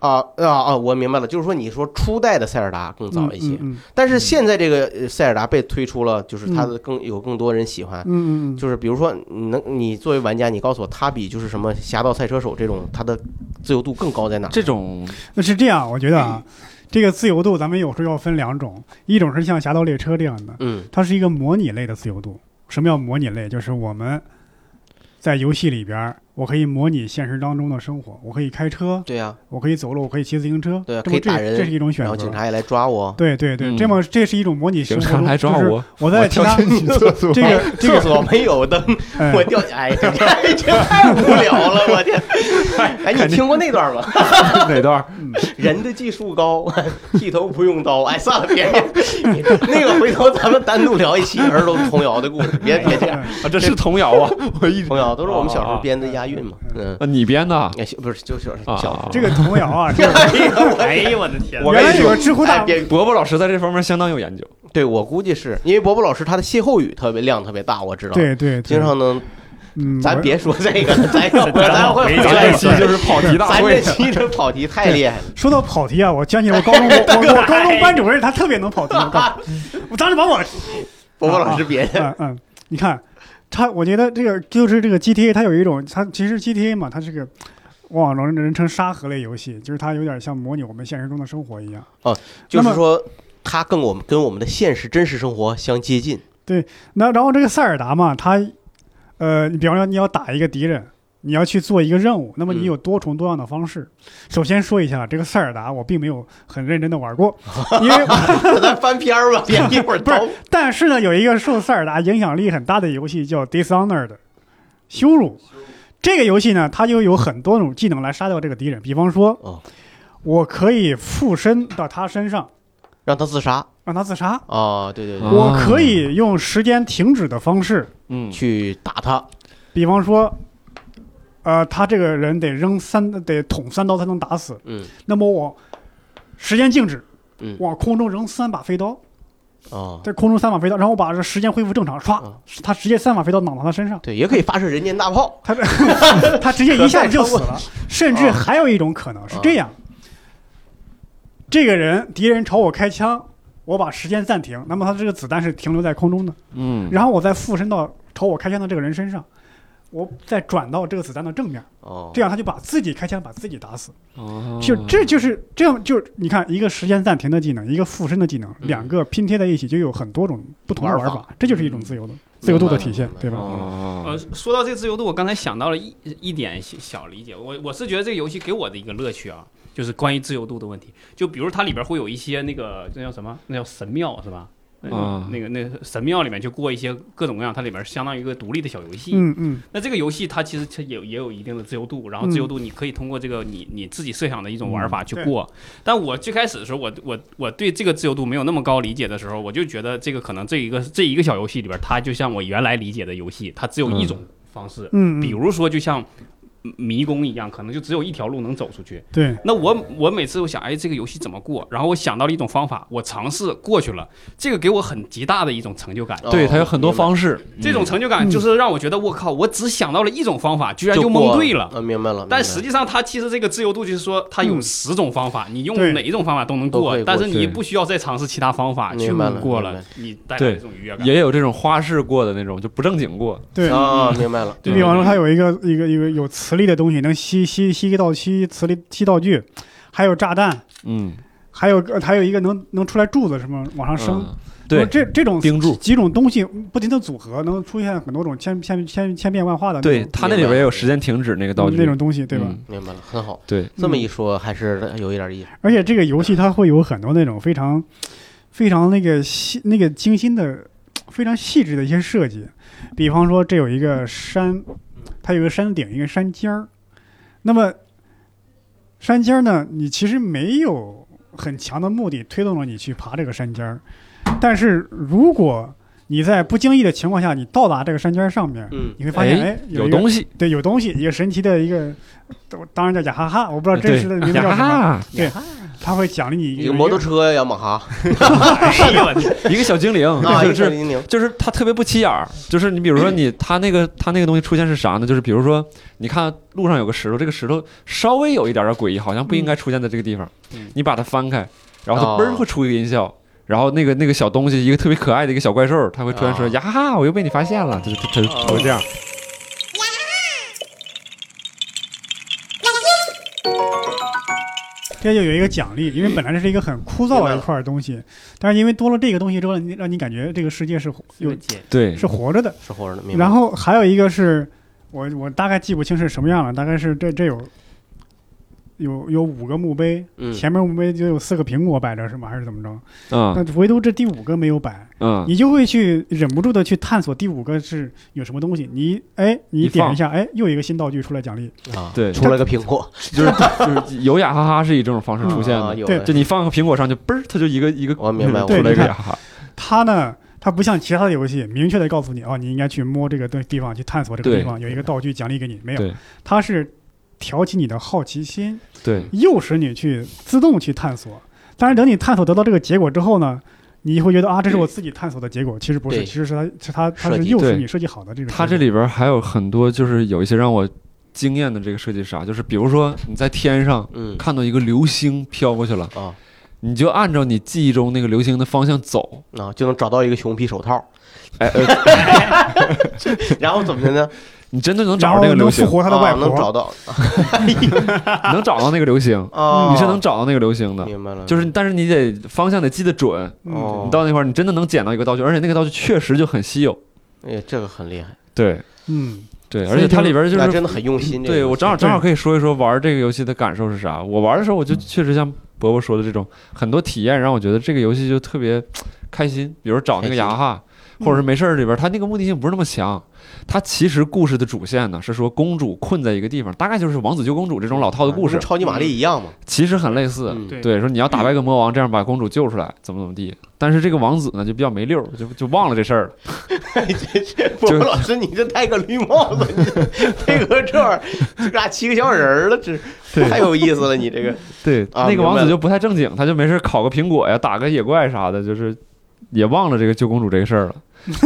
D: 啊啊啊！我明白了，就是说你说初代的塞尔达更早一些，
B: 嗯
D: 但是现在这个呃塞尔达被推出了，就是它的更有更多人喜欢。
B: 嗯嗯嗯嗯，
D: 就是比如说，你能你作为玩家，你告诉我，它比就是什么《侠盗赛车手》这种，它的自由度更高在哪？
A: 这种
B: 那是这样，我觉得 啊，这个自由度咱们有时候要分两种，一种是像《侠盗猎车》这样的，
D: 嗯
B: 它是一个模拟类的自由度。什么叫模拟类？就是我们在游戏里边儿，我可以模拟现实当中的生活，我可以开车，
D: 对呀、
B: 我可以走路，我可以骑自行车，
D: 对啊
B: 这
D: 可以
B: 不这
D: 打人
B: 这是一种选
D: 然后
B: 择。
D: 警察也来抓我，
B: 对对对，
A: 嗯
B: 这么这是一种模拟生
A: 警
B: 活
A: 察
B: 中，
A: 来抓
B: 就是
A: 我，
B: 我
A: 我
B: 在其
A: 跳
B: 他
A: 进你厕所。
B: 这个这
D: 哦哎厕
B: 个
D: 所没有灯，
B: 哎
D: 我掉下，哎，这太这太无聊了， 我天！哎，你听过那段吗？哎
A: 哪段儿？
D: 人的技术高， 剃头不用刀。哎，算了，别别，你那个回头咱们单独聊一期儿童童谣的故事，别别这样，
A: 啊，这是童谣 啊！我一直
D: 童谣都是我们小时候编的押韵嘛。嗯，
A: 啊，你编的啊？
D: 哎，不是，就是
A: 啊
D: 小时候。
B: 这个童谣 啊，这个
D: 哎呀，我
C: 哎呦我的天，
D: 我
B: 原
D: 跟
B: 来
D: 你
B: 有
D: 说
B: 个，知乎
D: 哎
B: 大，
D: 别，
A: 伯伯老师在这方面相当有 研究。
D: 对我估计是因为伯伯老师他的歇后语特别量特别大，我知道。，
B: 对对，对
D: 经常能，
B: 嗯，
D: 咱
B: 我
D: 别说这个了，咱要不然咱会回
A: 咱
D: 来
A: 这期就是跑题大
D: 哎咱这
A: 会，
D: 期这跑题太厉害了。
B: 说到跑题啊，我想起我高 中我我我高中班主任他特别能跑题，我告诉你，我当时把我
D: 伯伯老师别的，
B: 嗯，嗯，你看，它我觉得这个就是这个 GTA，它有一种，它其实 GTA 嘛，它这个网络人称沙盒类游戏，就是它有点像模拟我们现实中的生活一样。
D: 就
B: 那
D: 是
B: 么
D: 说它跟我们跟我们的现实真实生活相接近。
B: 那然后这个塞尔达嘛，它，呃，你比方说你要打一个敌人，你要去做一个任务，那么
D: 嗯
B: 你有多重多样的方式。首先说一下，这个塞尔达我并没有很认真的玩过，因为
D: 咱翻篇儿吧，别一会儿
B: 不
D: 刀
B: 是但是呢，有一个受塞尔达影响力很大的游戏叫《Dishonored》，羞辱。这个游戏呢，它就有很多种技能来杀掉这个敌人。比方说，
D: 哦
B: 我可以附身到他身上，
D: 让他自杀
B: 让他自杀；
D: 啊！对对对，
A: 啊
B: 我可以用时间停止的方式，
A: 嗯，
D: 去打他。
B: 比方说，呃，他这个人得扔三得捅三刀才能打死。
D: 嗯
B: 那么我时间静止
D: 嗯，
B: 往空中扔三把飞刀，
D: 啊，
B: 在空中三把飞刀，然后把这时间恢复正常，唰
D: 啊，
B: 他直接三把飞刀挡到他身上。
D: 对，也可以发射人间大炮。
B: 他他直接一下子就死了，甚至还有一种可能是这样：这个人敌人朝我开枪，我把时间暂停，那么他这个子弹是停留在空中的，
A: 嗯，
B: 然后我再附身到朝我开枪的这个人身上，我再转到这个子弹的正面，
D: 哦，
B: 这样他就把自己开枪把自己打死。
A: 哦
B: 就这就是这样，就是你看一个时间暂停的技能，一个附身的技能，
D: 嗯
B: 两个拼贴在一起就有很多种不同的
D: 玩
B: 玩
D: 法
B: 法，这就是一种自由的自由度的体现
D: 明白，
B: 对吧？
A: 哦
C: 呃，，说到这个自由度，我刚才想到了一一点小小理解，我我是觉得这个游戏给我的一个乐趣啊，就是关于自由度的问题。就比如它里边会有一些那个那叫什么，那叫神庙是吧？
A: 啊
C: 那个那个神庙里面就过一些各种各样，它里面相当于一个独立的小游戏。
B: 嗯嗯，
C: 那这个游戏它其实它也有也有一定的自由度，然后
B: 嗯
C: 自由度你可以通过这个你你自己设想的一种玩法去过。但我最开始的时候，我我我对这个自由度没有那么高理解的时候，我就觉得这个可能这一个这一个小游戏里边，它就像我原来理解的游戏，它只有一种方式，
B: 嗯，嗯
C: 比如说就像。迷宫一样，可能就只有一条路能走出去。
B: 对，
C: 那我我每次我想，哎，这个游戏怎么过？然后我想到了一种方法，我尝试过去了，这个给我很极大的一种成就感。
A: 哦对，它有很
D: 哦
A: 多方式，
C: 这种成就感
B: 嗯
C: 就是让我觉得我靠，我只想到了一种方法，居
D: 法
C: 然就蒙对了。
D: 啊，明白了。
C: 但
D: 明白
C: 实际上，它其实这个自由度就是说，它有
B: 嗯
C: 十种方法，你用
B: 对
C: 哪一种方法都能
D: 都
C: 过
D: 可以，过
C: 但是
A: 对
C: 你不需要再尝试其他方法去
D: 明白了
C: 过
D: 明
C: 了
D: 白，
C: 你带来
A: 对
C: 这种愉悦感。
A: 也有这种花式过的那种，就不正经过，
B: 对
D: 啊，明白了。
B: 就
A: 对
B: 比方说，它有一个一个一个有磁力的东西，能吸吸吸到吸磁力吸道具，还有炸弹，
A: 嗯，
B: 还有个还有一个能能出来柱子什么往上升。
A: 嗯，对
B: 那么，这这种
A: 钉柱
B: 几种东西不停的组合，能出现很多种千千千千变万化的那
A: 对，
B: 种
A: 它那里边也有时间停止那个道具
B: 那种东西，对吧？
A: 嗯
D: 明白了，很好。
A: 对，
D: 这么一说还是有一点意思。
B: 而且这个游戏它会有很多那种非常非常那个细那个精心的、非常细致的一些设计，比方说这有一个山，它有一个山顶，一个山尖儿，那么山尖儿呢，你其实没有很强的目的推动了你去爬这个山尖儿，但是如果你在不经意的情况下，你到达这个山尖儿上面，
D: 嗯，
B: 你会发现，哎，
A: 有
B: 一个
A: 东西，
B: 对有东西，一个神奇的一个，当然叫雅哈哈，我不知道真
A: 呃对
B: 实的名字叫
A: 呀
B: 什么。
A: 哈，
B: 他会奖励你
D: 一个摩托车雅马哈
C: 哎呦我天
A: 一个小精灵，
D: 啊，
A: 就
D: 一个
A: 是
D: 零零
A: 就是它特别不起眼儿，就是你比如说你它那个它那个东西出现是啥呢？就是比如说你看路上有个石头，这个石头稍微有一点点诡异，好像不应该出现在这个地方
C: 嗯，
A: 你把它翻开，然后
D: 哦
A: 它嘣儿会出一个音效。然后那个那个小东西，一个特别可爱的一个小怪兽，它会突然说：“
D: 哦
A: 呀哈哈，我又被你发现了！”它就它就它就会这样。
B: 这就有一个奖励，因为本来这是一个很枯燥的一块东西，但是因为多了这个东西之后，你让你感觉这个世界是活有
C: 姐
A: 对，
B: 是活着的。
D: 是活着的，明白
B: 然后还有一个是我我大概记不清是什么样了，大概是这这有有有五个墓碑，
D: 嗯
B: 前面墓碑就有四个苹果摆着是吗？还是怎么着？
A: 嗯
B: 那唯独这第五个没有摆，
A: 嗯，
B: 你就会去忍不住的去探索第五个是有什么东西。你哎，你
A: 一放
B: 点一下，哎，又一个新道具出来奖励。
D: 啊，
A: 对，
D: 出来个苹果
A: 就是就是有雅哈哈是以这种方式出现
D: 啊
A: 的，
D: 有
B: 对
D: 了
A: 就你放个苹果上去，嘣儿，它就一个一个
D: 我明白
A: 出
B: 我
A: 来一
B: 明
A: 个
B: 白
A: 雅哈哈。
B: 它呢，它不像其他的游戏，明确的告诉你哦，你应该去摸这个东地方，去探索这个
A: 对
B: 地方，有一个道具奖励给你，没有
A: 对，
B: 它是挑起你的好奇心，
A: 对，
B: 诱使你去自动去探索。但是等你探索得到这个结果之后呢，你会觉得啊，这是我自己探索的结果，其实不是，
D: 对
B: 其实是它是它它
D: 设
B: 是
D: 计
B: 诱使
A: 对
B: 你设计好的这个。
A: 它这里边还有很多，就是有一些让我惊艳的这个设计是啥？就是比如说你在天上
D: 嗯
A: 看到一个流星飘过去了，
D: 啊
A: 你就按照你记忆中那个流星的方向走，
D: 啊，就能找到一个熊皮手套，
A: 哎，呃
D: 然后怎么的呢？
A: 你真的能
B: 然
A: 找
B: 后
A: 到那个流
B: 能
A: 星
B: 复，活他的
D: 啊
B: 外
D: 能找
B: 婆，
D: 到
A: 能找到那个流星，
D: 啊，
A: 你是能找到那个流星的。
D: 明白了，
A: 就是，但是你得方向得记得准，
B: 嗯，
D: 哦
A: 你到那块儿你真的能捡到一个道具，而且那个道具确实就很稀有。
D: 哎呀，这个很厉害，
A: 对
B: 嗯，
A: 对，
B: 所以
A: 而且它
B: 就
A: 里边就
D: 那
A: 是嗯
D: 真的很用心。这
A: 对
D: 个
A: 我正好
B: 对
A: 正好可以说一说玩这个游戏的感受是啥。我玩的时候，我就确实像伯伯说的这种很多体验，让我觉得这个游戏就特别开心。比如找那个牙哈，
B: 开心
A: 或者是没事儿里边，它那个目的性不是那么强。它其实故事的主线呢是说公主困在一个地方，大概就是王子救公主这种老套的故
D: 跟
A: 事，
D: 嗯超级玛丽一样嘛，
A: 其实很类似。
D: 嗯
C: 对
A: 对，说你要打败个魔王，这样把公主救出来，怎么怎么地。但是这个王子呢，就比较没溜儿，就就忘了这事儿了。
D: 不是老师，你这戴个绿帽子，你配合这玩意儿，这俩七个小人儿了，这太有意思了，你这个
A: 对，
D: 啊
A: 那
D: 明
A: 个
D: 白
A: 王
D: 了
A: 子就不太正经，他就没事烤个 苹果呀，打个野怪啥的，就是也忘了这个救公主这个事儿了。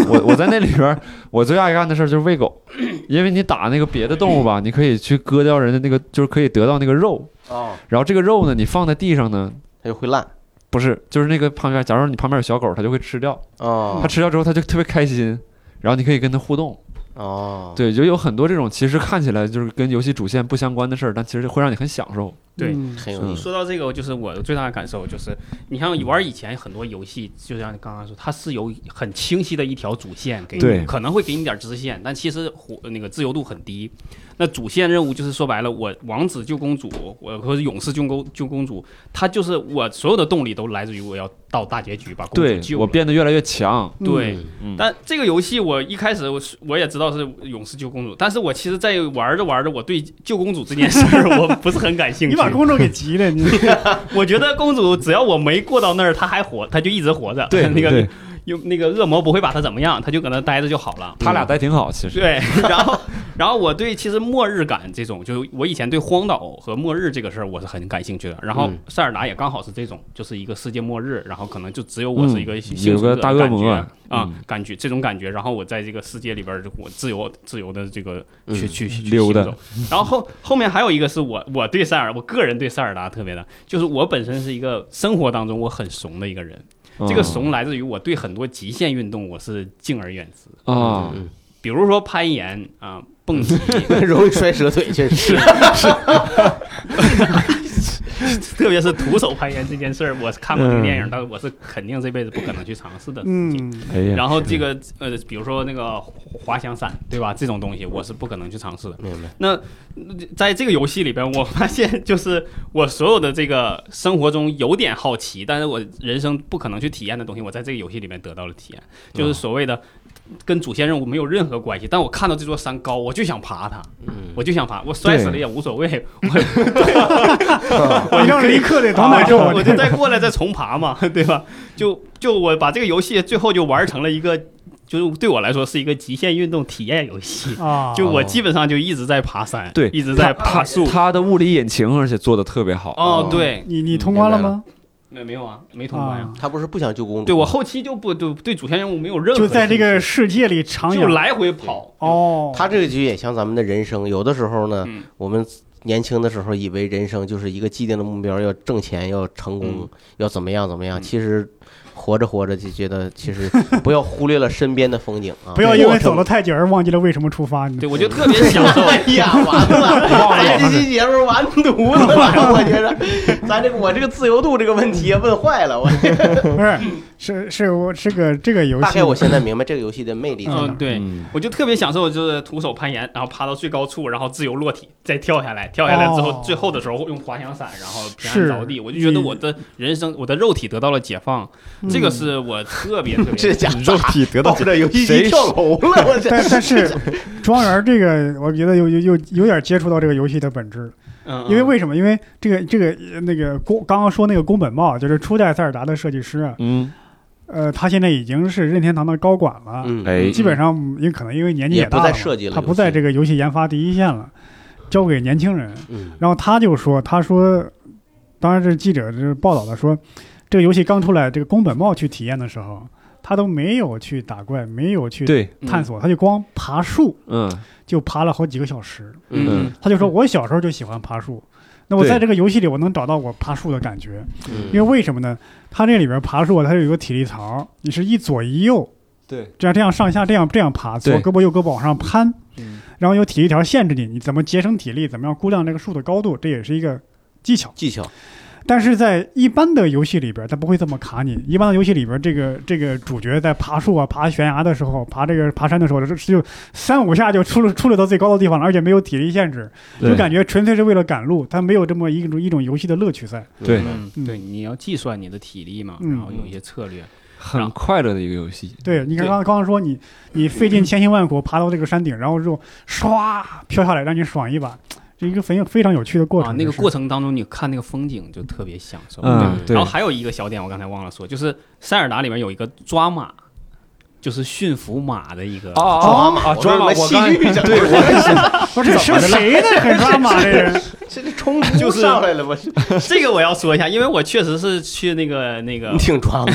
A: 我我在那里边儿，我最爱干的事儿就是喂狗，因为你打那个别的动物吧，你可以去割掉人的那个，就是可以得到那个肉，
D: 哦，
A: 然后这个肉呢，你放在地上呢，
D: 它就会烂
A: 不是，就是那个旁边，假如你旁边有小狗，它就会吃掉，
D: 哦
A: 它吃掉之后它就特别开心，然后你可以跟它互动，
D: 哦，
A: 对，就有很多这种其实看起来就是跟游戏主线不相关的事儿，但其实会让你很享受。
C: 对
B: 嗯
D: 很有
A: 嗯
D: 意
C: 你
D: 思，
C: 说到这个，就是我最大的感受就是，你像玩以前很多游戏，就像你刚刚说，它是有很清晰的一条主线给
A: 对
C: 你，可能会给你点支线，但其实活那个自由度很低。那主线任务就是说白了，我王子救公主，我或者勇士救公救公主，它就是我所有的动力都来自于我要到大结局把公主
A: 对
C: 救
A: 我
C: 了。
A: 变得越来越强，
C: 对，
A: 嗯
C: 但这个游戏我一开始我是我也知道是勇士救公主，但是我其实在玩着玩着，我对救公主这件事儿 我不是很感兴趣。
B: 你把公主给急的，你
C: 我觉得公主只要我没过到那儿，她还活，她就一直活着。
A: 对
C: 那
A: 对
C: 个有那个恶魔不会把她怎么样，她就搁那待着就好了。
A: 他
D: 嗯
A: 俩待挺好，其实。
C: 对， 然后，然后我对其实末日感这种，就是我以前对荒岛和末日这个事儿我是很感兴趣的。然后
D: 嗯
C: 塞尔达也刚好是这种，就是一个世界末日，然后可能就只有我是一个
A: 嗯
C: 幸
A: 有
C: 存
A: 个
C: 者
A: 大
C: 的
A: 恶
C: 感
A: 魔
C: 觉
A: 啊
C: 啊
A: 嗯，
C: 感觉这种感觉。然后我在这个世界里边儿，我自由自由的这个去
D: 嗯
C: 去去
A: 溜达
C: 行走。然后后后面还有一个是我我对塞尔，我个人对塞尔达特别的，就是我本身是一个生活当中我很怂的一个人，这个
A: 嗯
C: 怂来自于我对很多极限运动我是敬而远之。
A: 啊，
D: 嗯
C: 比如说攀岩啊、蹦极，
D: 容易摔折腿，确实
C: 特别是徒手攀岩这件事儿，我是看过这个电影，但是我是肯定这辈子不可能去尝试的。
B: 嗯，
A: 哎呀，
C: 然后这个呃，比如说那个滑滑翔伞，对吧？这种东西我是不可能去尝试的。
D: 明白，
C: 那在这个游戏里边，我发现就是我所有的这个生活中有点好奇，但是我人生不可能去体验的东西，我在这个游戏里面得到了体验，就是所谓的跟主线任务没有任何关系。但我看到这座山高，我就想爬它，
D: 嗯，
C: 我就想爬，我摔死了
A: 对
C: 也无所谓，
B: 我让立刻得 多
C: 我
B: 难
C: 就
B: 受
C: 我
B: 啊！
C: 就再过来再重爬嘛，对吧？就就我把这个游戏最后就玩成了一个，就是对我来说是一个极限运动体验游戏。
B: 啊，
C: 就我基本上就一直在爬山，
A: 对
C: 一直在爬树。
A: 它的物理引擎，而且做的特别好。
C: 哦，对，
B: 你你通关了吗？
C: 没没有啊，没通关呀
B: 啊。，
D: 他不是不想救公主，
C: 对我后期就不就对主线任务没有任 何
B: 就在这个
C: 兴
B: 世界里徜
C: 趣就
B: 徉。
C: 来回跑。
B: 哦，
D: 他这个就也像咱们的人生，有的时候呢，
C: 嗯
D: 我们年轻的时候以为人生就是一个既定的目标，要挣钱，要成功，
C: 嗯
D: 要怎么样怎么样。
C: 嗯
D: 其实活着活着就觉得，其实不要忽略了身边的风景 啊！
B: 不要 因为走了太久而忘记了为什么出发。你知
C: 对，
B: 道吗
C: 我就特别享受。
D: 哎呀，完了， 咱这期节目完犊子了，我觉着，咱这个我这个自由度这个问题也问坏 了，我
B: 不是，是是我这个这个游
D: 大
B: 戏
D: 概我现在明白这个游戏的魅力在哪
C: 嗯，
D: 儿。
C: 对，
A: 嗯
C: 我就特别享受，就是徒手攀岩，然后爬到最高处，然后自由落体，再跳下来，跳下来之后，
B: 哦
C: 最后的时候用滑翔伞，然后平
B: 是
C: 安着地。我就觉得我的人生，我的肉体得到了解放，
B: 嗯
C: 这个是我特 别特
D: 这
C: 别。
D: 家
E: 肉
D: 伙
E: 体得
D: 抱
E: 到
D: 着游戏
A: 谁
D: 机跳楼了，我这
B: 嗯但但 是庄园这个，我觉得有有有有点接触到这个游戏的本质了，
C: 嗯，
B: 因为为什么？因为这个这个那个宫刚刚说那个宫本茂，就是初代塞尔达的设计师啊，
A: 嗯，
B: 呃，他现在已经是任天堂的高管了，
D: 嗯
A: 哎
B: 基本上因为可能因为年纪
D: 也
B: 大
D: 不
B: 了
D: 再
B: 嘛，
D: 设计了
B: 他
D: 游
B: 不在
D: 戏
B: 这个游戏研发第一线了，交给年轻人。
D: 嗯
B: 然后他就说，他说，当然这记者就是报道的说，这个游戏刚出来，这个宫本茂去体验的时候，他都没有去打怪，没有去
A: 对，
B: 探索，他就光爬树，
A: 嗯，
B: 就爬了好几个小时。
A: 嗯
C: 嗯，
B: 他就说，我小时候就喜欢爬树，那我
A: 对
B: 在这个游戏里，我能找到我爬树的感觉，
D: 嗯
B: 因为为什么呢？它这里边爬树啊，它有一个体力槽，你是一左一右。
A: 对，
B: 这样这样上下这样这样爬，左
A: 对
B: 胳膊右胳膊往上攀，
A: 嗯
B: 然后有体力条限制你，你怎么节省体力，怎么样估量这个树的高度，这也是一个技巧。
D: 技巧，
B: 但是在一般的游戏里边，它不会这么卡你。一般的游戏里边，这个这个主角在爬树啊、爬悬崖的时候、爬这个爬山的时候，就就三五下就出了出溜到最高的地方了，而且没有体力限制，就
A: 对
B: 感觉纯粹是为了赶路，它没有这么一种一种游戏的乐趣在。
A: 对
D: 嗯
B: 嗯
C: 对，你要计算你的体力嘛，
B: 嗯
C: 然后有一些策略。
A: 很快乐的一个游戏。
B: 对，你看
C: 对
B: 刚刚刚说你你费尽千辛万苦爬到这个山顶，然后之后唰飘下来，让你爽一把，这一个非常非常有趣的过程。
C: 啊，那个
B: 就是
C: 过程当中，你看那个风景就特别享受。
A: 嗯对
C: 然后还有一个小点，我刚才忘了说，就是塞尔达里面有一个抓马，就是驯服马的一
B: 哦
C: 个。
A: 啊啊！抓马，我
D: 戏
A: 刚
D: 剧
A: 对我
B: 不是
C: 啊
B: 是谁 呢？很抓马这人，
D: 这这冲突
C: 就是
D: 上来了，我
C: 这个我要说一下，因为我确实是去那个那个
D: 你，挺抓马，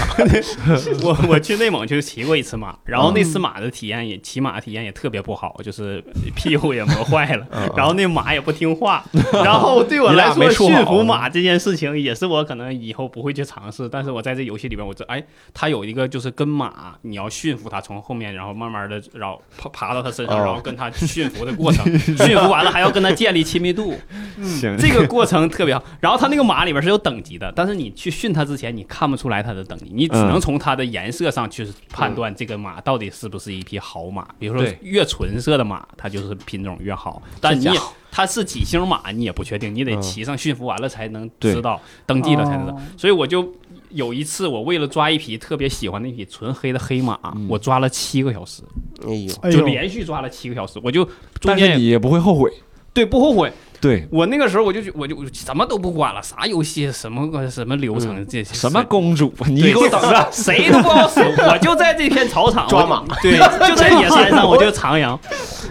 C: 我我去内蒙去骑过一次马，然后那次马的体验也骑马的体验也特别不好，就是屁股也磨坏了，然后那马也不听话，然
D: 哦
C: 后对我来
A: 你俩
C: 说
A: 没处好
C: 驯服马这件事情也是我可能以后不会去尝试，但是我在这游戏里边，我这哎，它有一个就是跟马，你要驯服它从后面，然后慢慢的然后爬爬到它身上，
D: 哦
C: 然后跟它驯服的过程，驯服完了还要跟它建立亲密度，
A: 行，
C: 嗯这个过程特别好。然后它那个马里边是有等级的，但是你去训它之前，你看不出来它的等级，你只
A: 嗯
C: 能从它的颜色上去判断这个马到底是不是一匹好马。比如说
A: 对
C: 越纯色的马，它就是品种越好，但你也它是几星马你也不确定，你得
A: 嗯
C: 骑上驯服完了才能
A: 对
C: 知道，登记了才能知道
B: 哦。
C: 所以我就。有一次，我为了抓一匹特别喜欢的一匹纯黑的黑马，
A: 嗯
C: 我抓了七个小时，
D: 哎呦，
B: 哎
C: 就
B: 呦，
C: 连续抓了七个小时，我就中
A: 但是
C: 间
A: 你
C: 也
A: 也不会后悔。
C: 对不后悔，
A: 对，
C: 我那个时候我就觉我就我就什么都不管了，啥游戏什么个什么流程这些
A: 什么公主，你
C: 对
A: 给我
C: 就
A: 等
C: 是
A: 着！
C: 谁都不好使，我就在这片草场
D: 抓马
C: 我就对，就在野山上我就徜徉，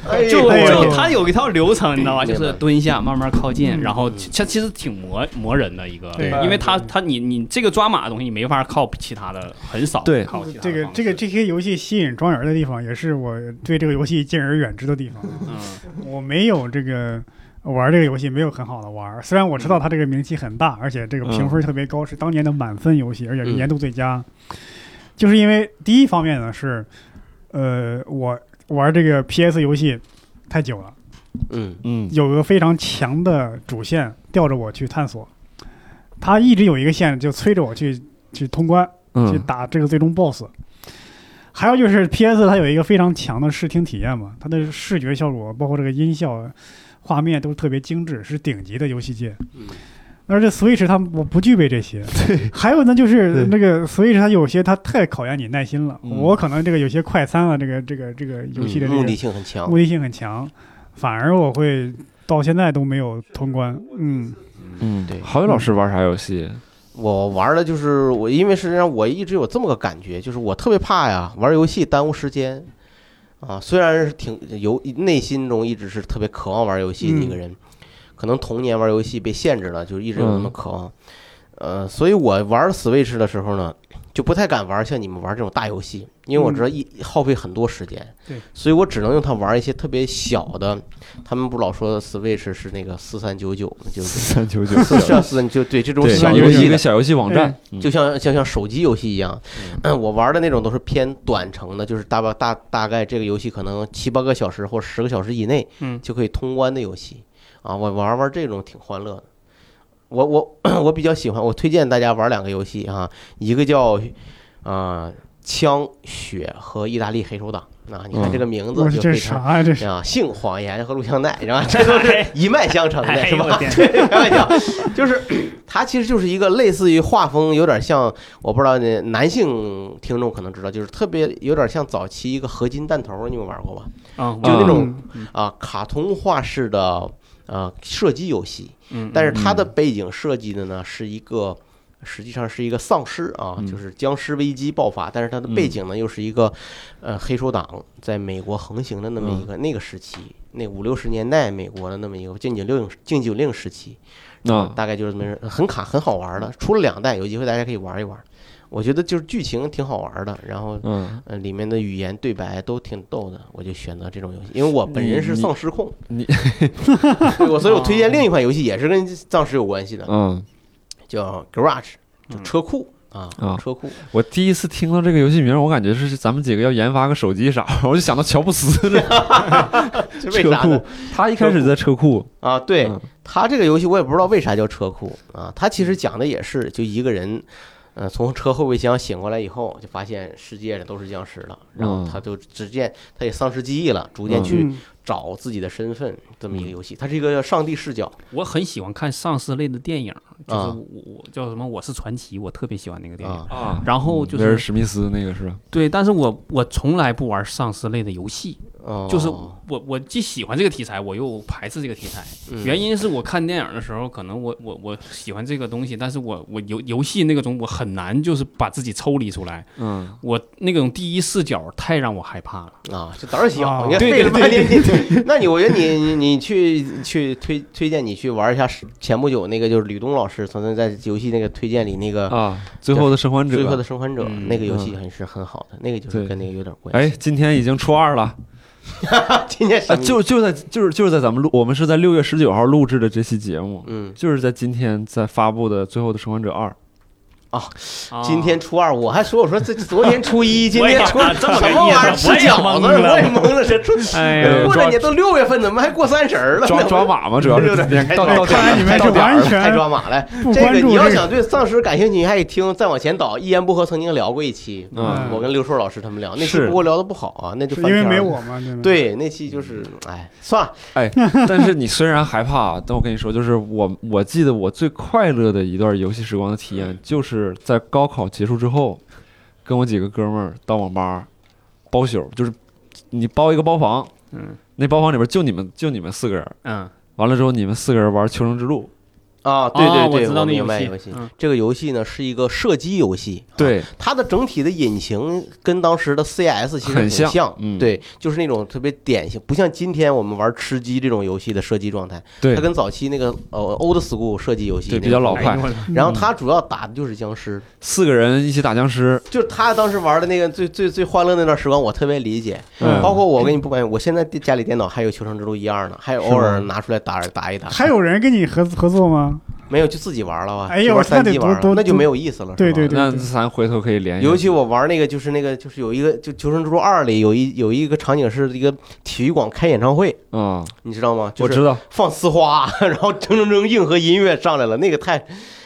D: 哎呦
C: 就
B: 哎呦
C: 就它有一套流程，你知道吧？
D: 明
C: 就
D: 白
C: 是蹲下慢慢靠近，
B: 嗯
C: 然后其其实挺磨磨人的一个，
B: 对
C: 因为它它你你这个抓马的东西你没法靠其他的，很少
A: 对
C: 靠其他的
B: 这个
C: 方式
B: 这个这些游戏吸引庄园的地方，也是我对这个游戏敬而远之的地 方。
C: 嗯
B: 我没有这个玩这个游戏没有很好的玩儿，虽然我知道它这个名气很大，而且这个评
C: 嗯
B: 分特别高，是当年的满分游戏，而且是年度最佳。就是因为第一方面呢是，呃，我玩这个 PS 游戏太久了，
D: 嗯
A: 嗯，
B: 有个非常强的主线吊着我去探索，它一直有一个线就催着我去去通关。去
A: 嗯，
B: 打这个最终 BOSS。还有就是 PS 它有一个非常强的视听体验嘛，它的视觉效果包括这个音效、画面都特别精致，是顶级的游戏界。
D: 嗯
B: 而且 Switch 它我不具备这些。还有呢，就是
A: 对
B: 那个 Switch 它有些它太考验你耐心了。
A: 嗯
B: 我可能这个有些快餐啊，这个这个这个游戏的
D: 嗯
B: 这
D: 目
B: 个
D: 的性很强
B: 目，的性很强，反而我会到现在都没有通关。嗯，
A: 嗯，
D: 对
A: 郝宇老师玩啥游戏？
D: 我玩的就是我，因为实际上我一直有这么个感觉，就是我特别怕呀，玩游戏耽误时间啊。虽然是挺有内心中一直是特别渴望玩游戏的一个人，可能童年玩游戏被限制了，就是一直有那么渴望。呃，所以我玩 Switch 的时候呢，就不太敢玩像你们玩这种大游戏，因为我知道一耗费很多时间，
B: 对，
D: 所以我只能用它玩一些特别小的。他们不老说 Switch 是那个四三九九，就是
A: 三九九
D: 四三四就对这种
A: 对，
D: 小
A: 有
D: 游戏
A: 一
D: 的
A: 个小游戏网站，嗯
D: 就像就像手机游戏一样，嗯，我玩的那种都是偏短程的，就是大概大大概这个游戏可能七八个小时或十个小时以内
C: 嗯
D: 就可以通关的游戏啊，我玩玩这种挺欢乐的。我我 我比较喜欢，我推荐大家玩两个游戏哈、一个叫啊、呃枪血和意大利黑手党啊，你看这个名字
B: 我说
D: 就
B: 这
D: 非
B: 是
D: 常
B: 啥呀？这是
D: 啊，性谎言和录像带，然后 这都是一脉相承 的，
C: 哎
D: 是
C: 呦
D: 吧
C: 我？天
D: 对，开玩笑，就是 它其实就是一个类似于画风有点像，我不知道那男性听众可能知道，就是特别有点像早期一个合金弹头，你们玩过吧？
C: 啊，
D: 就那种
B: 嗯
D: 啊，卡通画式的呃射击游戏，
C: 嗯，
D: 但是它的背景设计的呢是一个。实际上是一个丧尸啊，
A: 嗯
D: 就是僵尸危机爆发，但是它的
C: 嗯
D: 背景呢又是一个，呃，黑手党在美国横行的那么一
C: 嗯
D: 个那个时期，那五六十年代美国的那么一个禁酒令禁酒令时期，
A: 啊，
D: 大概就是这么人很卡很好玩的，出了两代，有机会大家可以玩一玩。我觉得就是剧情挺好玩的，然后
A: 嗯，
D: 呃里面的语言对白都挺逗的，我就选择这种游戏，因为我本人是
A: 你
D: 丧尸控，
A: 你
D: 对我所以我推荐另一款游戏也是跟丧尸有关系的，
A: 嗯
D: 叫 Garage，就车库。啊
A: 啊
D: 车库
A: 我第一次听到这个游戏名，我感觉是咱们几个要研发个手机啥， 我就想到乔布斯的
D: 这 为
A: 车
D: 啥呢
A: 库？，他一开始在车库，
D: 啊，对
A: 嗯
D: 他这个游戏我也不知道为啥叫车库啊，他其实
C: 嗯
D: 讲的也是就一个人，呃，从车后备箱醒过来以后，就发现世界上都是僵尸了，然后
A: 嗯
D: 他就逐渐他也丧失记忆了，逐渐
A: 嗯
D: 去
B: 嗯，
D: 找自己的身份这么
C: 嗯
D: 一个游戏，它是一个上帝视角
C: 我很喜欢看丧尸类的电影，就是
D: 啊
C: 我我叫什么《我是传奇》，我特别喜欢那个电影。
D: 啊，
A: 啊，
C: 然后就
A: 威尔
C: 是
A: 史密斯那个是吧？
C: 对，但是我我从来不玩丧尸类的游戏，
D: 哦
C: 就是我我既喜欢这个题材，我又排斥这个题材。
D: 嗯
C: 原因是我看电影的时候，可能我我我喜欢这个东西，但是我我游游戏那个种，我很难就是把自己抽离出来。
A: 嗯，
C: 我那种第一视角太让我害怕了。
D: 啊，就胆儿小，
B: 啊
D: 你看
C: 对
D: 费了
C: 对
D: 半天劲。那你我觉得你你你去去推推荐你去玩一下是前不久那个就是吕东老师曾经在游戏那个推荐里那个
A: 啊，最后的生还
D: 《最后
A: 者
D: 的。生还者》
C: 嗯
D: 那个游戏还是很好的，那个就是
A: 对
D: 跟那个有点关
A: 哎，
D: 系。
A: 今天已经初二了
D: 哎， 今天什
A: 啊！
D: 么
A: 就就在就是就是在咱们录，我们是在六月十九号录制的这期节目，
D: 嗯，
A: 就是在今天在发布的《最后的生还者 二》。
D: 啊今天初二，我还说我说这昨天初一，今天初
C: 哦 我也啊想这么个
D: 什么玩意儿
C: 意思我也
D: 吃
C: 懵了
D: 饺子，我也懵了，这春
C: 哎
A: 呀
D: 过了年都六月份，怎么还过三十儿了？
A: 抓抓马嘛，主要是今天到
D: 哎
A: 到
D: 看来
B: 你们
A: 到
B: 是
A: 点儿
B: 完
A: 了。
D: 太
B: 全
D: 抓马了。
B: 不
D: 这个
B: 关注
D: 你要
B: 这
D: 想对丧尸感兴趣，你还得听再往前倒。一言不合曾经聊过一期，
A: 嗯
D: 我跟刘硕老师他们聊，那期
A: 是
D: 不过聊的不好啊，那就是翻
B: 因为
D: 篇
B: 没
D: 了。
B: 我嘛，对吗？
D: 对，那期就是哎，算了，
A: 但是你虽然害怕，但我跟你说，就是我我记得我最快乐的一段游戏时光的体验，就是在高考结束之后，跟我几个哥们儿到网吧包宿，就是你包一个包房，
C: 嗯
A: 那包房里边就你们就你们四个人，
C: 嗯，
A: 完了之后你们四个人玩《求生之路
D: 啊，对对
C: 哦
D: 对，
C: 我知道那
D: 明
C: 游
D: 白
C: 戏
D: 游戏
C: 嗯。
D: 这个游戏呢是一个射击游戏，》，
A: 对，
D: 它的整体的引擎跟当时的 CS 其实
A: 很像
D: 像
A: 嗯，
D: 对，就是那种特别典型，不像今天我们玩吃鸡这种游戏的射击状态，
A: 对
D: 它跟早期那个呃 old school 射击游戏
A: 对
D: 那
A: 比较
D: 种
A: 老
D: 风
A: 派
C: 哎呦我
B: 嗯
D: 然后它主要打的就是僵尸，
A: 四个人一起打僵尸，
D: 就是他当时玩的那个最最最欢乐那段时光，我特别理解。
A: 嗯
D: 包括我跟你不管，我现在家里电脑还有《求生之路》一样呢，还有偶尔拿出来打打一打。
B: 还有人跟你合合作吗？
D: 没有就自己玩了吧？
B: 哎呦
D: 就玩三
B: 那
D: D
B: 得多
D: 玩了
B: 多
D: 那就没有意思了。
B: 对
D: 是吧
B: 对对
A: 那咱回头可以联系。
D: 尤其我玩那个就是那个就是有一个就《求生之路二》里有一有一个场景是一个体育馆开演唱会，
A: 啊，
D: 你知道吗？就
A: 我
D: 是
A: 知道，
D: 放丝花， 然后铮铮铮硬核音乐上来了，那个太，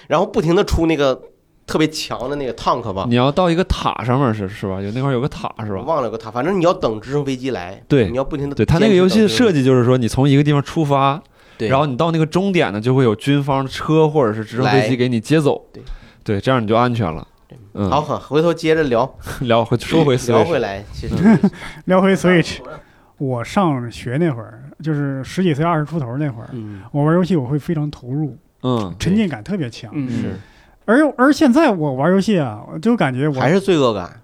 D: 然后不停的出那个特别强的那个 tank 吧，
A: 你要到一个塔上面是是吧？有那块儿有个塔是
D: 我
A: 吧？
D: 忘了有个塔，反正你要等直升飞机来，
A: 嗯对
D: 你要不停的。
A: 对，它那个游戏的设
D: 计，
A: 计就是说，你从一个地方出发，
D: 对，
A: 然后你到那个终点呢，就会有军方车或者是直升飞
D: 来
A: 机给你接走。
D: 对
A: 对，这样你就安全了。嗯，
D: 好，很回头接着聊，
A: 聊回说回 s w
D: 聊
A: i
D: 回来，其实
B: 聊回 Switch，我上学那会儿，就是十几岁、二十出头那会儿，
D: 嗯，
B: 我玩游戏我会非常投入，
A: 嗯，
B: 沉浸感特别强。
C: 嗯
A: 是
B: 而而现在我玩游戏啊，我就感觉
A: 嗯
D: 还
B: 我
D: 是罪恶感，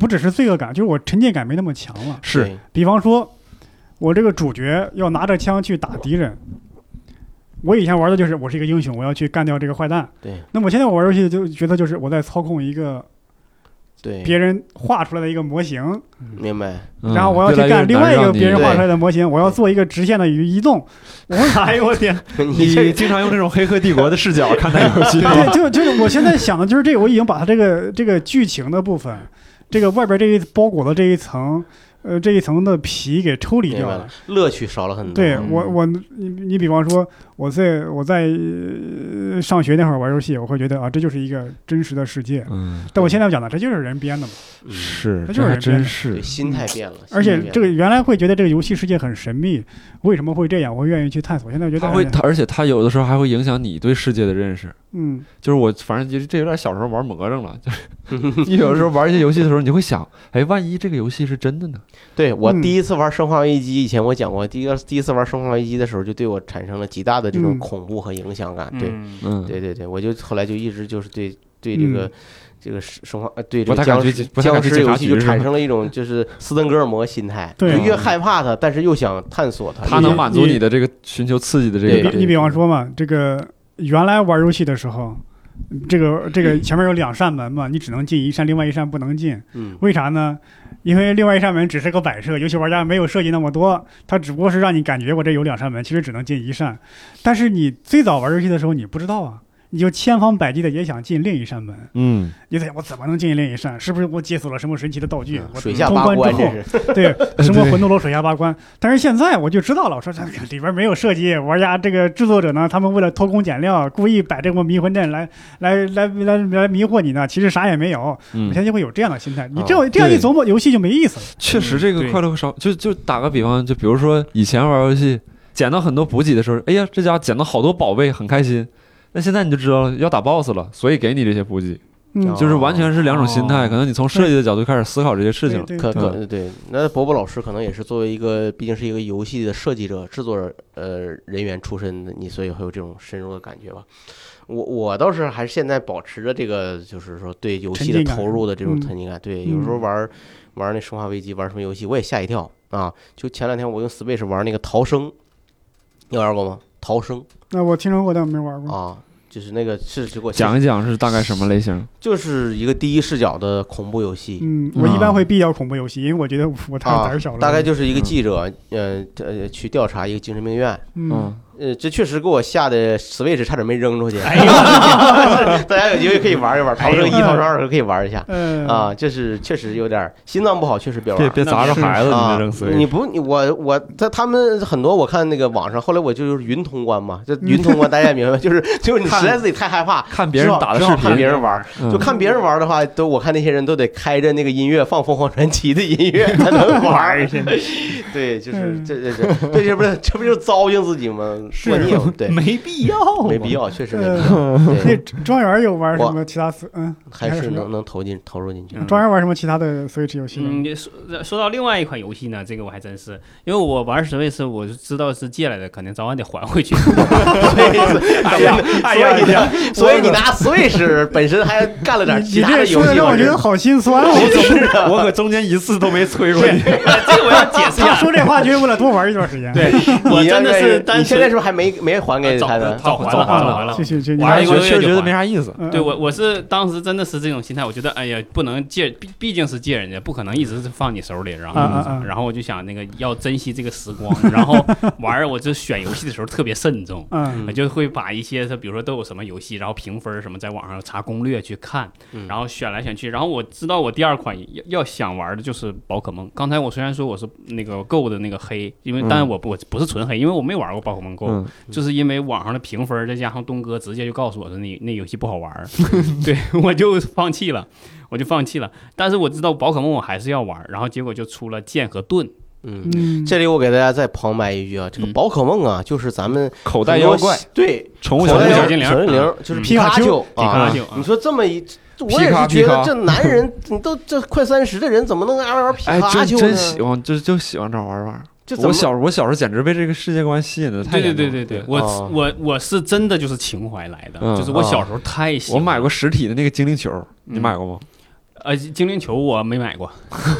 B: 不只是罪恶感，就是我沉浸感没那么强了。
A: 是，
D: 对
B: 比方说，我这个主角要拿着枪去打敌人。我以前玩的就是我是一个英雄，我要去干掉这个坏蛋。
D: 对。
B: 那么现在我玩游戏就觉得就是我在操控一个
D: 对，
B: 别人画出来的一个模型，
D: 明白，
A: 嗯
B: 然后我要
A: 越来
B: 去
A: 越
B: 干另
A: 难
B: 外一个
A: 让你
B: 别人
D: 对
B: 画出来的模型，我要做一个直线的移移动。 我会哎呦我天！
D: 你
A: 你
D: 这
A: 经常用这种《黑客帝国》的视角看待游戏吗，
B: 对，啊就就是我现在想的就是这个，我已经把它这个这个剧情的部分，这个外边这一包裹的这一层，呃，这一层的皮给抽离
D: 明
B: 掉
D: 白了。，乐趣少了很多。
B: 对
A: 嗯
B: 我我你你比方说我在我在、呃上学那会儿玩游戏，我会觉得啊这就是一个真实的世界，
A: 嗯，
B: 但我现在讲的这就是人编的嘛，
D: 嗯
A: 是，
B: 它
A: 这
B: 就是
A: 还
B: 人编
A: 真
B: 的
A: 是
D: 对，，心态变了，
B: 而
D: 心态
B: 且
D: 变了
B: 这个原来会觉得这个游戏世界很神秘，为什么会这样，我愿意去探索，现在觉得
A: 它会，
B: 哎呀
A: 它而且它有的时候还会影响你对世界的认识。
B: 嗯
A: 就是我，反正就是这有点小时候玩魔怔了，就是 你有的时候玩一些游戏的时候，你会想， 哎，万一这个游戏是真的呢？
D: 对我
B: 嗯
D: 第一次玩《生化危机》，以前我讲过，第一个第一次玩《生化危机》的时候，就对我产生了极大的这种
B: 嗯
D: 恐怖和影响感。对，
C: 嗯，
A: 嗯，
D: 对对对，我就后来就一直就是对对这个、这个生化呃对这
A: 不
D: 个
A: 太敢
D: 僵
A: 去
D: 尸
A: 不太敢
D: 僵
A: 去
D: 尸
A: 警察
D: 游戏
A: 局
D: 就是
A: 吧
D: 产生了一种就是斯登哥尔摩心态，
B: 对
D: 就越害怕它，但是又想探索它。
A: 它
D: 又
A: 能
D: 想
A: 满足你的这个寻求刺激的这
D: 对
A: 个
B: 你比你比方说嘛，这个原来玩游戏的时候，这个这个前面有两扇门嘛，你只能进一扇，另外一扇不能进，
D: 嗯
B: 为啥呢？因为另外一扇门只是个摆设，游戏玩家没有设计那么多，它只不过是让你感觉我这有两扇门，其实只能进一扇。但是你最早玩游戏的时候，你不知道啊，你就千方百计的也想进另一扇门。
A: 嗯，
B: 你得我怎么能进另一扇？是不是我解锁了什么神奇的道具？我
D: 嗯水下
B: 通
D: 八
B: 关
D: 关
B: 之
D: 这
B: 后，
D: 是。
B: 对，什么魂斗罗水下八关？但是现在我就知道了，我说这里边没有设计，我呀这个制作者呢，他们为了偷工减料，故意摆这么迷魂阵来来来来来迷惑你呢，其实啥也没有。
A: 嗯
B: 我现在就会有这样的心态，你
D: 啊
B: 这样这样一
A: 对
B: 琢磨，游戏就没意思了。
A: 确实这个
C: 嗯对
A: 快乐和少，就就打个比方，就比如说以前玩游戏捡到很多补给的时候，哎呀，这家捡到好多宝贝，很开心。那现在你就知道了，要打 boss 了，所以给你这些补给，
B: 嗯，
A: 就是完全是两种心态。
C: 哦
A: 可能你从设计的角度开始思考这些事情了。
B: 对
D: 可
B: 对对
D: 可对，那伯伯老师可能也是作为一个，毕竟是一个游戏的设计者、制作人呃人员出身的，你所以会有这种深入的感觉吧。我我倒是还是现在保持着这个，就是说对游戏的
B: 沉浸感
D: 投入的这种
B: 嗯
D: 沉浸感。对，有时候
B: 嗯
D: 玩玩那《生化危机》，玩什么游戏我也吓一跳啊！就前两天我用 Switch 玩那个《逃生》，你玩过吗？逃生
B: 那我听说过，但我没玩过。
D: 啊，就是那个是给我
A: 讲一讲是大概什么类型？
D: 就是一个第一视角的恐怖游戏。
B: 嗯，我一般会避掉恐怖游戏，因为我觉得我太
D: 啊
B: 胆小了。
D: 大概就是一个
A: 嗯
D: 记者，呃呃，去调查一个精神病院，
B: 嗯，
D: 呃，这确实给我吓得 Switch 差点没扔出去。
C: 哎呀，
D: 大家有机会可以玩一玩，《逃生一》《逃生二》可以玩一下
B: 呃
D: 啊。这是确实有点儿心脏不好，确实别玩
A: 别。别砸着孩子，你
D: 啊
A: 这扔死！
D: 你不，你我我他他们很多，我看那个网上，后来我就是云通关嘛，这云通关大家也明白，就是就是你实在自己太害怕，
A: 看别人打的
D: 只
A: 视
D: 好
A: 频，
D: 看别人玩儿，
A: 嗯
D: 就看别人玩儿的话，都我看那些人都得开着那个音乐放凤凰传奇的音乐才能玩儿。 对，就是
B: 嗯
D: 这这这这这不是这不就是糟践自己吗？
B: 是
D: 过 硬，对，
C: 没必要，
D: 没必。要，确实没必
B: 呃， 那
D: 要。对，
B: 庄园有玩什么其他死？嗯，
D: 还
B: 还有
D: 是
B: 什么
D: 能能投进投 入进去。
C: 嗯
B: 庄园玩什么其他的 Switch 游戏？
C: 嗯，说说到另外一款游戏呢，这个我还真是，因为我玩 Switch，我就知道是借来的，肯定早晚得还回去。 哎 呀，哎呀，哎呀，
D: 所以你拿 Switch 本身还干了点
B: 你
D: 其
B: 你
D: 他
B: 这
D: 的游
B: 说的
D: 戏
B: 让
D: 吗，
B: 我觉得好心酸。哦
A: 我
B: 我
A: 可我可中间一次都没催过你。
C: 这个我要解释一
B: 他
C: 下。
B: 说这话就是为了多玩一段时间。
C: 对我
D: 你要
C: 真的是单
D: 你现在
C: 纯啊
D: 是不是还没没还给
C: 早
D: 他呢？
C: 早还了，
A: 早
C: 早
A: 还了
C: 还了
B: 去。去去，你
C: 玩
B: 玩
C: 一个月
A: 确实
C: 就
A: 觉得
C: 还
A: 没啥意思。
B: 嗯
C: 对我，我是当时真的是这种心态，我觉得，哎呀，不能借，毕毕竟是借人家，不可能一直是放你手里。然后，
B: 啊啊啊
C: 然后我就想那个要珍惜这个时光，然后玩儿，我就选游戏的时候特别慎重，
B: 嗯
C: 我就会把一些，比如说都有什么游戏，然后评分儿什么，在网上查攻略去看，
D: 嗯
C: 然后选来选去。然后我知道我第二款要要想玩的就是宝可梦。刚才我虽然说我是那个 Go 的那个黑，因为
A: 嗯
C: 但是我不我不是纯黑，因为我没玩过宝可梦 Go，、
A: 嗯，
C: 就是因为网上的评分儿，再加上东哥直接就告诉我说那那游戏不好 玩儿，对我就放弃了，我就放弃了。但是我知道宝可梦我还是要玩儿，然后结果就出了剑和盾，
D: 嗯。
B: 嗯，
D: 这里我给大家再旁白一句啊，这个
C: 嗯
D: 宝可梦啊，就是咱们
A: 口袋妖怪，
D: 对
A: 宠物
D: 我
A: 小
C: 口
A: 精灵
C: 袋妖。精灵
D: 小精灵就是
C: 嗯
D: 皮卡丘
C: 皮卡
D: 啊
C: 丘啊
D: 你说这么一，我
A: 皮
D: 也
A: 卡
D: 是觉
A: 皮
D: 得
A: 卡
D: 这男人，你都这快三十的人，怎么能爱玩皮
A: 哎，
D: 卡
A: 真
D: 丘
A: 真喜
D: 呢？
A: 欢，就就喜欢这玩玩。
D: 这怎
A: 我
D: 么
A: 小我小时候简直被这个世界观吸引的太
C: 对对
A: 严重
C: 对
A: 了
C: 对对，，我、
D: 哦
C: 我我是真的就是情怀来的，
A: 嗯
C: 就是我小时候太喜
A: 我
C: 欢
A: 买过实体的那个精灵球，你
C: 嗯
A: 买过吗？
C: 呃精灵球我没买过，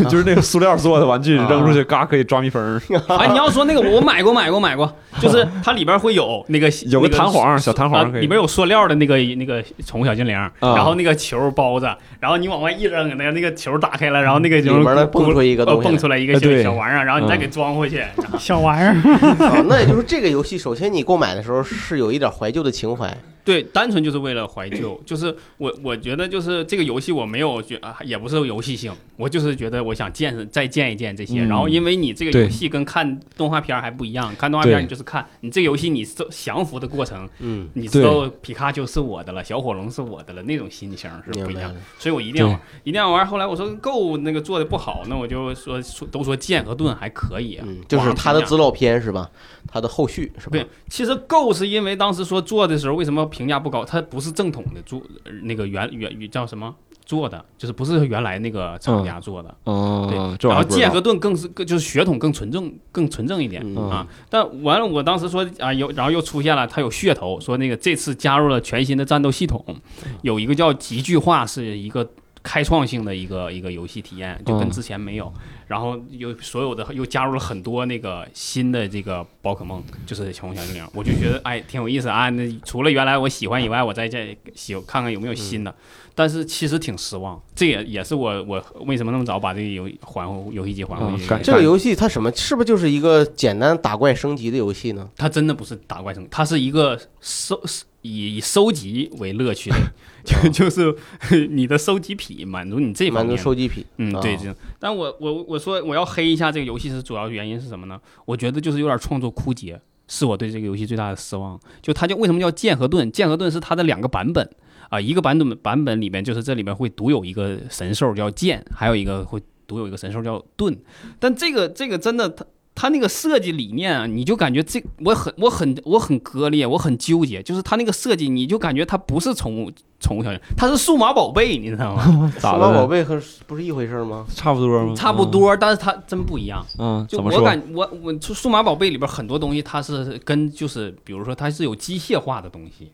A: 就是那个塑料做的玩具，
D: 啊
A: 扔出去嘎可以抓蜜蜂儿，
C: 哎你要说那个我买过买过买过， 就是它里边会有那个
A: 有个
C: 那
A: 弹簧小弹
C: 啊
A: 簧可以。啊
C: 里边有塑料的那个那个宠物小精灵，然后那个球包着，然后你往外一扔，那个那个球打开了，然后那个
D: 里
C: 就
D: 面呢蹦出一个
C: 呃
D: 东西
C: 蹦出来一个
A: 哎对
C: 小小玩意儿，然后你再给装回去。然后
B: 小玩意儿，
D: 来啊？那也就是这个游戏，首先你购买的时候是有一点怀旧的 情怀，
C: 对，单纯就是为了怀 旧，就是我我觉得就是这个游戏我没有觉，啊也不是游戏性，我就是觉得我想见识再见一见这些。
A: 嗯
C: 然后因为你这个
A: 对
C: 游戏跟看动画片儿还不一样，看动画片儿
A: 对
C: 你就是看，你这个游戏你是降服的过程，
D: 嗯，
C: 你知道皮卡丘是我的了，小火龙是我的了，那种心情是
D: 明
C: 不一
D: 白
C: 样
D: 了。。
C: 所以我一定要玩，一定要玩。后来我说 Go 那个做的不好，那我就说说都说剑和盾还可以、啊，
D: 嗯，就是它的资料片是吧？它的后续是吧？
C: 对，其实 Go 是因为当时说做的时候为什么评价不高，它不是正统的做呃那个原原叫什么做的，就是不是原来那个厂
A: 嗯
C: 家做的。
A: 哦，这玩意
C: 然后
A: 儿不知
C: 剑
A: 道
C: 和盾更是更就是血统更纯正更纯正一点、
D: 嗯
C: 啊。但完了，我当时说啊有，然后又出现了它有噱头，说那个这次加入了全新的战斗系统，
A: 嗯
C: 有一个叫极具化，是一个。开创性的一个一个游戏体验，就跟
A: 嗯
C: 之前没有。然后又所有的又加入了很多那个新的这个宝可梦，就是小红小精灵，我就觉得哎挺有意思啊。那除了原来我喜欢以外，我再再喜看看有没有新
A: 嗯
C: 的，但是其实挺失望。这也也是我我为什么那么早把这个游还回游戏机还回
A: 嗯，
C: 去
A: 感
D: 这个游戏它什么？是不是就是一个简单打怪升级的游戏呢？
C: 它真的不是打怪升级，它是一个收以以收集为乐趣的，就 就是你的收集癖，满足你这方
D: 满足
C: 面。
D: 收集癖。
C: 嗯，对，
D: 啊
C: 这样。但我我我说我要黑一下这个游戏是主要原因是什么呢？我觉得就是有点创作枯竭，是我对这个游戏最大的失望。就它叫为什么叫剑和盾？剑和盾是它的两个版本啊、一个版本版本里面就是这里面会独有一个神兽叫剑，还有一个会独有一个神兽叫盾。但这个这个真的它。它那个设计理念啊，你就感觉这我很我很我很割裂，我很纠结。就是它那个设计，你就感觉它不是宠物宠物小精灵，它是数码宝贝，你知道吗？
A: 打
D: 数
A: 的
D: 码宝贝和不是一回事儿吗？
A: 差不多吗？
C: 嗯差不多，但是它真不一样。
A: 嗯，嗯，嗯
C: 就
A: 怎么
C: 我
A: 说？
C: 感我我数数码宝贝里边很多东西，它是跟就是比如说它是有机械化的东西，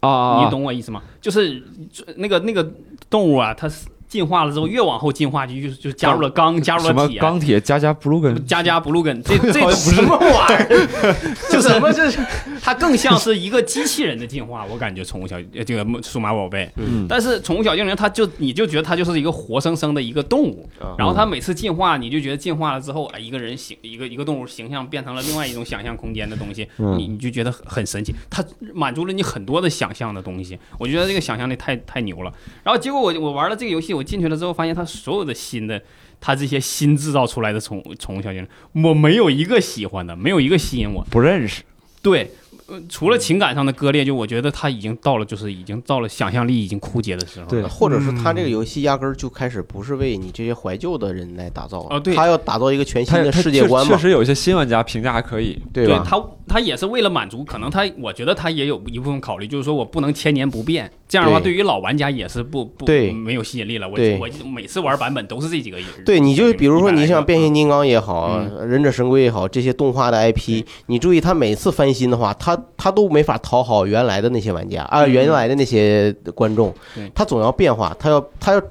A: 啊啊，
C: 你
A: 啊
C: 懂我意思吗？就是就那个那个动物啊，它是进化了之后越往后进化就就就加入了钢，加入
A: 什
C: 了
A: 么
C: 铁，
A: 钢铁加加 blue 根？
C: 加加 blue 根，这这
A: 好像不是
C: 什么玩意儿？ 就什么这是它更像是一个机器人的进化，我感觉宠物小呃这个数码宝贝，
A: 嗯，
C: 但是宠物小精灵它就你就觉得它就是一个活生生的一个动物。
D: 啊，
C: 然后它每次进化，你就觉得进化了之后，哎，一个人形，一个一个动物形象变成了另外一种想象空间的东西，
A: 嗯
C: 你你就觉得很很神奇，它满足了你很多的想象的东西。我觉得这个想象力太太牛了。然后结果我我玩了这个游戏，我进去了之后，发现它所有的新的，它这些新制造出来的宠物宠物小精灵，我没有一个喜欢的，没有一个吸引我。
A: 不认识。
C: 对。呃除了情感上的割裂，就我觉得它已经到了，就是已经到了想象力已经枯竭的时候。
A: 对
D: 或者是他这个游戏压根儿就开始不是为你这些怀旧的人来打造了
C: 哦对
D: 啊他要打造一个全新
A: 他
D: 的
A: 他
D: 世界
A: 确
D: 观
A: 确
D: 嘛，
A: 实有一些新玩家评价还可以，
D: 对吧？
C: 他他也是为了满足，可能他我觉得他也有一部分考虑，就是说我不能千年不变，这样的话
D: 对
C: 对于老玩家也是不不
D: 对
C: 没有吸引力了。我
D: 对
C: 我每次玩版本都是这几个人，
D: 对，你就比如说你像变形
C: 金
D: 金刚也好，啊忍者神龟也好，这些动画的 IP，你注意它每次翻新的话，它它都没法讨好原来的那些玩家啊，
C: 嗯
D: 原来的那些观众
C: 对，
D: 它总要变化，它要它要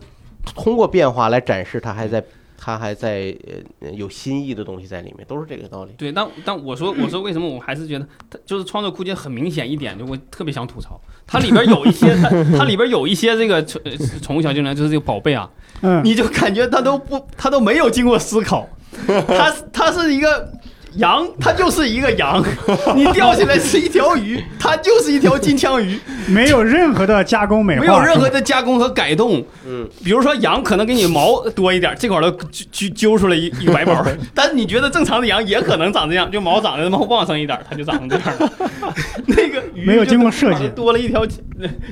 D: 通过变化来展示它还在它还在呃有新意的东西在里面，都是这个道理。
C: 对，但但我说我说为什么我还是觉得他就是创作空间很明显一点，就我特别想吐槽，它里边有一些它它里边有一些这个宠呃宠物小精灵就是这个宝贝啊，
B: 嗯，
C: 你就感觉他都不，他都没有经过思考，他他是一个羊，他就是一个羊，你钓起来是一条鱼，它就是一条金枪鱼，
B: 没有任何的加工美化，
C: 没有任何的加工和改动。
D: 嗯，
C: 比如说羊可能给你毛多一点，这块儿都揪揪揪出来一一 白毛，但是你觉得正常的羊也可能长这样，就毛长得他妈旺盛一点，它就长成这样了。 那个鱼
B: 没有
C: 就
B: 经过设计
C: 长得多了一条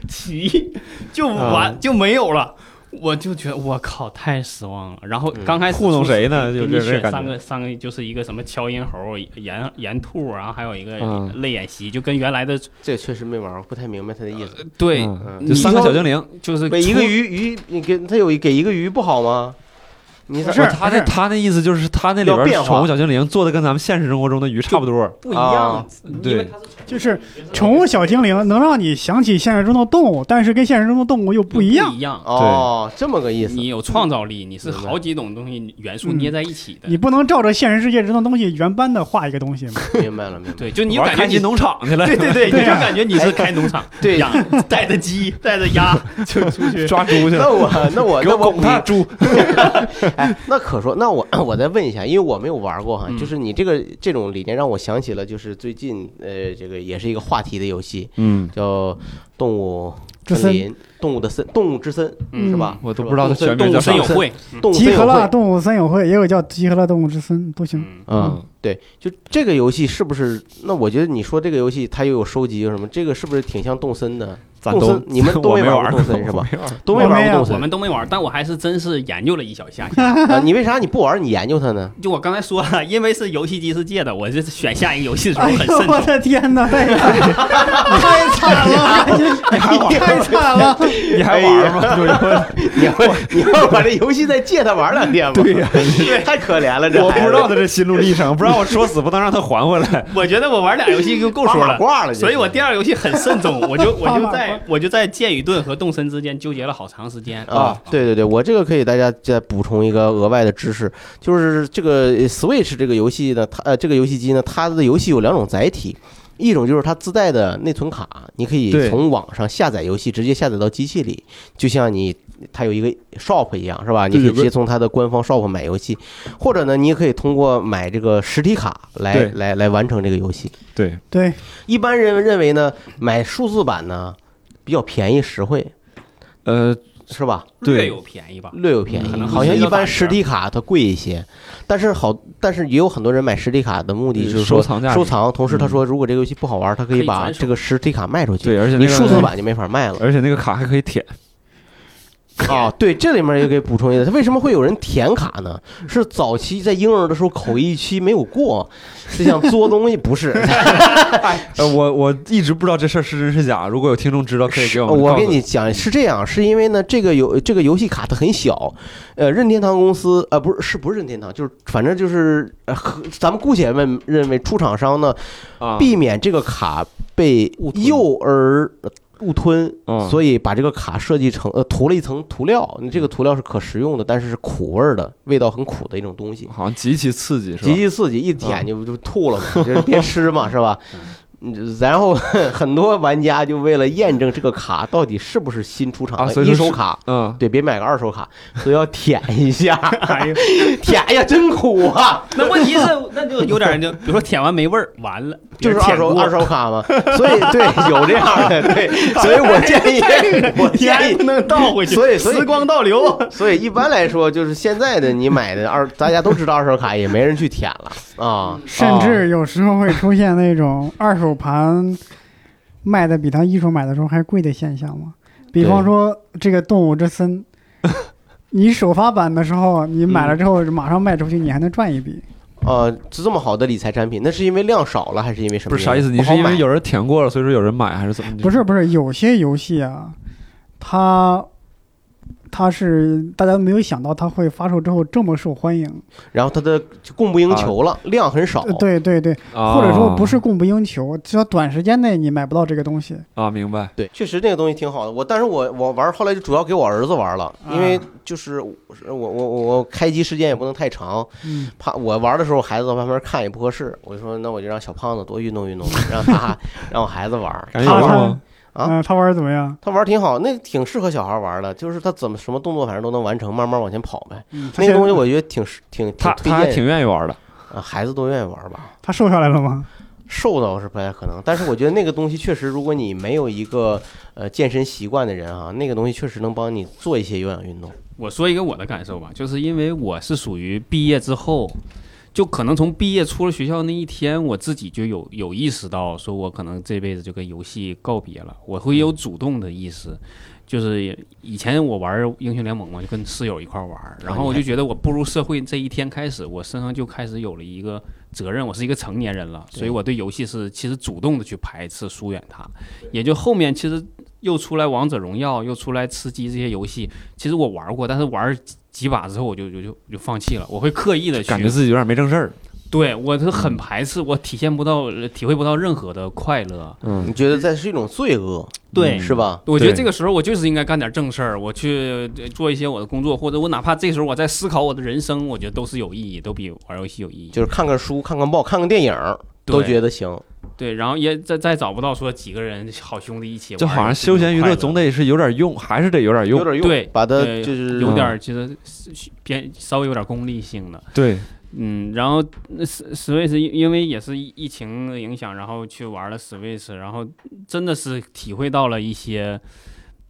C: 鳍鳍，就
D: 啊
C: 完、就没有了。我就觉得我靠，太失望了。然后
D: 嗯
C: 刚开始
A: 糊弄谁呢？
C: 哎给
A: 就
C: 你
A: 这
C: 选
A: 这
C: 三
A: 感觉。
C: 个三个就是一个什么敲音猴、岩岩兔，然后还有一个
A: 嗯
C: 泪眼蜥，就跟原来的
D: 这确实没玩儿，不太明白它的意思。
C: 对，
A: 嗯
D: 嗯
A: 就三个小精灵。
C: 就是
D: 每一个
C: 出
D: 鱼鱼，你给它有一给一个鱼不好吗？你咋
B: 不是
A: 他那他那意思就是他那里
D: 要
A: 边
D: 变化
A: 宠物小精灵做的跟咱们现实生活中的鱼差不多。
C: 不一样
D: 啊，
C: 因为
A: 对
C: 它是宠物
B: 就是宠物小精灵能让你想起现实中的动物，但是跟现实中的动物又不一样。
C: 一样。
D: 哦，这么个意思。嗯
C: 你有创造力，你是好几种东西元素捏在一起的
B: 你。不能照着现实世界中的东西原班的画一个东西嘛？
D: 明白了，明白了。
C: 对，就你就
A: 玩
C: 感觉
A: 开
C: 你
A: 心农场去了，
C: 对对对，你
B: 对
C: 就
B: 啊
C: 感觉你是开农场，
D: 哎 对
C: 养带着 鸡，带着鸭就出去。
A: 抓猪去
D: 那
A: 了，
D: 我那我
A: 给
D: 那
A: 我
D: 我
A: 拱他
D: 补
A: 猪。
D: 哎，那可说，那我 我再问一下，因为我没有玩过哈
C: 嗯，
D: 就是你这个这种理念让我想起了，就是最近呃，这个也是一个话题的游戏，
A: 嗯，
D: 叫《动物
B: 之
D: 森
B: 森
D: 林》《动物的森》《动物之森》
C: 嗯
D: 是吧？
A: 我都
D: 是吧
A: 不知道它全名
D: 动
A: 叫
D: 物
C: 动
A: 啥
C: 物森友会，
D: 森森动物森
B: 集合
D: 友
B: 了
D: 会。
B: 动物森友会，也有叫集合了动物之森，都行。
C: 嗯，
D: 嗯，对，就这个游戏是不是？那我觉得你说这个游戏它又有收集，有什么？这个是不是挺像动森的？
A: 咱
D: 动
A: 都
D: 森你们都
A: 我
D: 没
A: 没
D: 玩
A: 玩
D: 过
A: 过
D: 动森是吧？
A: 没玩过
D: 都没玩
B: 我没
D: 过
B: 有
D: 动
C: 我
D: 森
C: 们都没玩，但我还是真是研究了一小 下下。
D: 啊？你为啥你不玩？你研究它呢？
C: 就我刚才说了，因为 是游戏机是借的，我这选下一个游戏的时候
B: 哎
C: 很
B: 呦
C: 慎
B: 我
C: 重。
B: 的天哪！太太惨了，你太惨了，
A: 你还玩吗？有人问
D: 哎 你要 你要把这游戏再借他玩两天吧？
A: 对呀
D: 太可怜了，这
A: 我
D: 孩
A: 不
D: 子
A: 知道他这心路历程，不然我说死不能让他还回 来。
C: 我觉得我玩俩游戏就够
D: 把
C: 数
D: 马
C: 了。
D: 挂了就是，
C: 所以我第二个游戏很慎重，我 就我
B: 八
C: 就
B: 马褂
C: 在我就在剑与盾和动身之间纠结了好长时间
D: 啊，对对对，我这个可以大家再补充一个额外的知识，就是这个呃 Switch 这个游戏呢，它呃这个游戏机呢，它的游戏有两种载体，一种就是它自带的内存卡，你可以
A: 对
D: 从网上下载游戏，直接下载到机器里，就像你它有一个 shop 一样，是吧？你
A: 对
D: 可以
A: 有个
D: 直接从它的官方 shop 买游戏，或者呢，你也可以通过买这个实体卡来
A: 对
D: 来来完成这个游戏。
A: 对，
B: 对，
D: 一般人认为呢，买数字版呢比较便宜实惠，
A: 呃，
D: 是吧？
A: 对
C: 略有便宜吧。
D: 略有便
C: 嗯可
D: 宜，
C: 能
D: 好像
C: 会
D: 一
C: 觉得
D: 般
C: 打折
D: 实体卡它贵一些，但是好，但是也有很多人买实体卡的目的就是
A: 收
D: 说
A: 藏价值嗯
D: 收藏，同时他说如果这个游戏不好玩，他可以
C: 可以
D: 把
C: 转手
D: 这个实体卡卖出去。
A: 对，而且那
D: 你
A: 个
D: 数字版就没法卖了
A: 而且那个卡还可以 舔，
D: 啊！对，这里面也给补充一下，它为什么会有人舔卡呢？是早期在婴儿的时候口译期没有过， 是想作东西不是？
A: 呃，我我一直不知道这事儿是真是假，如果有听众知道， 可以给
D: 是
A: 我们。
D: 我跟你，讲是这样，是因为呢，这个游这个游戏卡它很小，呃，任天堂公司呃不是是不是任天堂，就是反正就是呃和咱们姑且问认为出厂商呢
A: 啊，
D: 避免这个卡被
C: 误吞
D: 幼儿误吞，
A: 嗯
D: 所以把这个卡设计成呃涂了一层涂料。你这个涂料是可食用的，但是是苦味儿的，味道很苦的一种东西，
A: 好像极其刺激，是
D: 极
A: 吧？
D: 其刺激，一舔就就吐了嘛，就是别吃嘛，是吧？嗯然后很多玩家就为了验证这个卡到底是不是新出厂
A: 啊，
D: 的
A: 所以
D: 一
A: 说是
D: 手卡，
A: 嗯，
D: 对，别买个二手卡，所以要舔一下，
C: 哎呦
D: 舔呀，真苦啊！
C: 那问题是，那就有点就，比如说舔完没味儿，完了
D: 就是二手
C: 别
D: 二。
C: 人舔过
D: 手 卡嘛，所以对有这样的 对，所以我建议我
C: 你
D: 建
C: 还不
D: 议，
C: 能倒回去，
D: 所以所以
C: 时光倒流。
D: 所以一般来说就是现在的你买的二，大家都知道二手卡也没人去舔了啊，
B: 甚至有时候会出现那种二手盘卖的比他一手买的时候还贵的现象嘛。比方说这个《动物 之森》，你首发版的时候你买了之后马上卖出去，你还能赚一笔。
D: 呃，是这么好的理财产品，那是因为量少了还是因为什
A: 不
D: 么原因？
A: 是啥意思？你
D: 不好
A: 是因
D: 买
A: 为有人舔过了，所以说有人买，还是怎么？
B: 不是不是，有些游戏啊，它它是大家没有想到它会发售之后这么受欢迎。
D: 然后它的就供不应求了，量很少
B: 呃，对对对，
A: 哦啊，
B: 或者说不是供不应求，只要短时间内你买不到这个东西。
A: 啊，明白。
D: 对，确实那个东西挺好的。我，但是我我玩后来就主要给我儿子玩了，因为
B: 啊
D: 就是我我我我开机时间也不能太长，
B: 嗯，
D: 怕我玩的时候孩子在旁边看也不合适。我就说那我就让小胖子多运动运动，让 他让我孩子玩，
A: 感觉
D: 他
A: 哎有
B: 他
A: 用
D: 玩
A: 吗
B: 他
D: 啊
B: 嗯，他玩的怎么样？
D: 他玩挺好，那挺适合小孩玩的，就是他怎么什么动作反正都能完成，慢慢往前跑呗。
B: 嗯，他
D: 那
B: 现
D: 个东西我觉得挺适挺挺
A: 他
D: 推
A: 他还
D: 荐
A: 挺愿意玩的。
D: 啊，孩子都愿意玩吧。
B: 他瘦下来 了吗？
D: 瘦倒是不太可能，但是我觉得那个东西确实，如果你没有一个呃健身习惯的人啊，那个东西确实能帮你做一些有氧运动。
C: 我说一个我的感受吧，就是因为我是属于毕业之后，就可能从毕业出了学校那一天，我自己就有有意识到，说我可能这辈子就跟游戏告别了，我会有主动的意识。就是以前我玩英雄联盟嘛，就跟室友一块儿玩儿，然后我就觉得我步入社会这一天开始，我身上就开始有了一个责任，我是一个成年人了，所以我对游戏是其实主动的去排斥、疏远它。也就后面其实又出来王者荣耀，又出来吃鸡这些游戏，其实我玩过，但是玩几几把之后我就就就就放弃了，我会刻意的去
A: 感觉自己有点没正事儿。
C: 对我是很排斥，我体现不到、呃体会不到任何的快乐。
A: 嗯
D: 你，觉得这是一种罪恶，
C: 对
D: 是吧？
C: 我觉得
A: 对
C: 这个时候我就是应该干点正事儿，我去呃做一些我的工作，或者我哪怕这时候我在思考我的人生，我觉得都是有意义，都比玩游戏有意义。
D: 就是看看书、看看报、看看电影，都
C: 对
D: 觉得行。
C: 对，然后也再再找不到说几个人好兄弟一起玩，
A: 就好像休闲娱乐总得是有点用，还是得有点
D: 有
A: 用。
D: 点用，
C: 对
D: 把它
C: 对
D: 就是
C: 有点
A: 嗯
C: 儿其实是偏稍微有点功利性的。
A: 对，
C: 嗯，然后那 S- Switch 因因为也是疫疫情呃的影响，然后去玩了 Switch，然后真的是体会到了一些，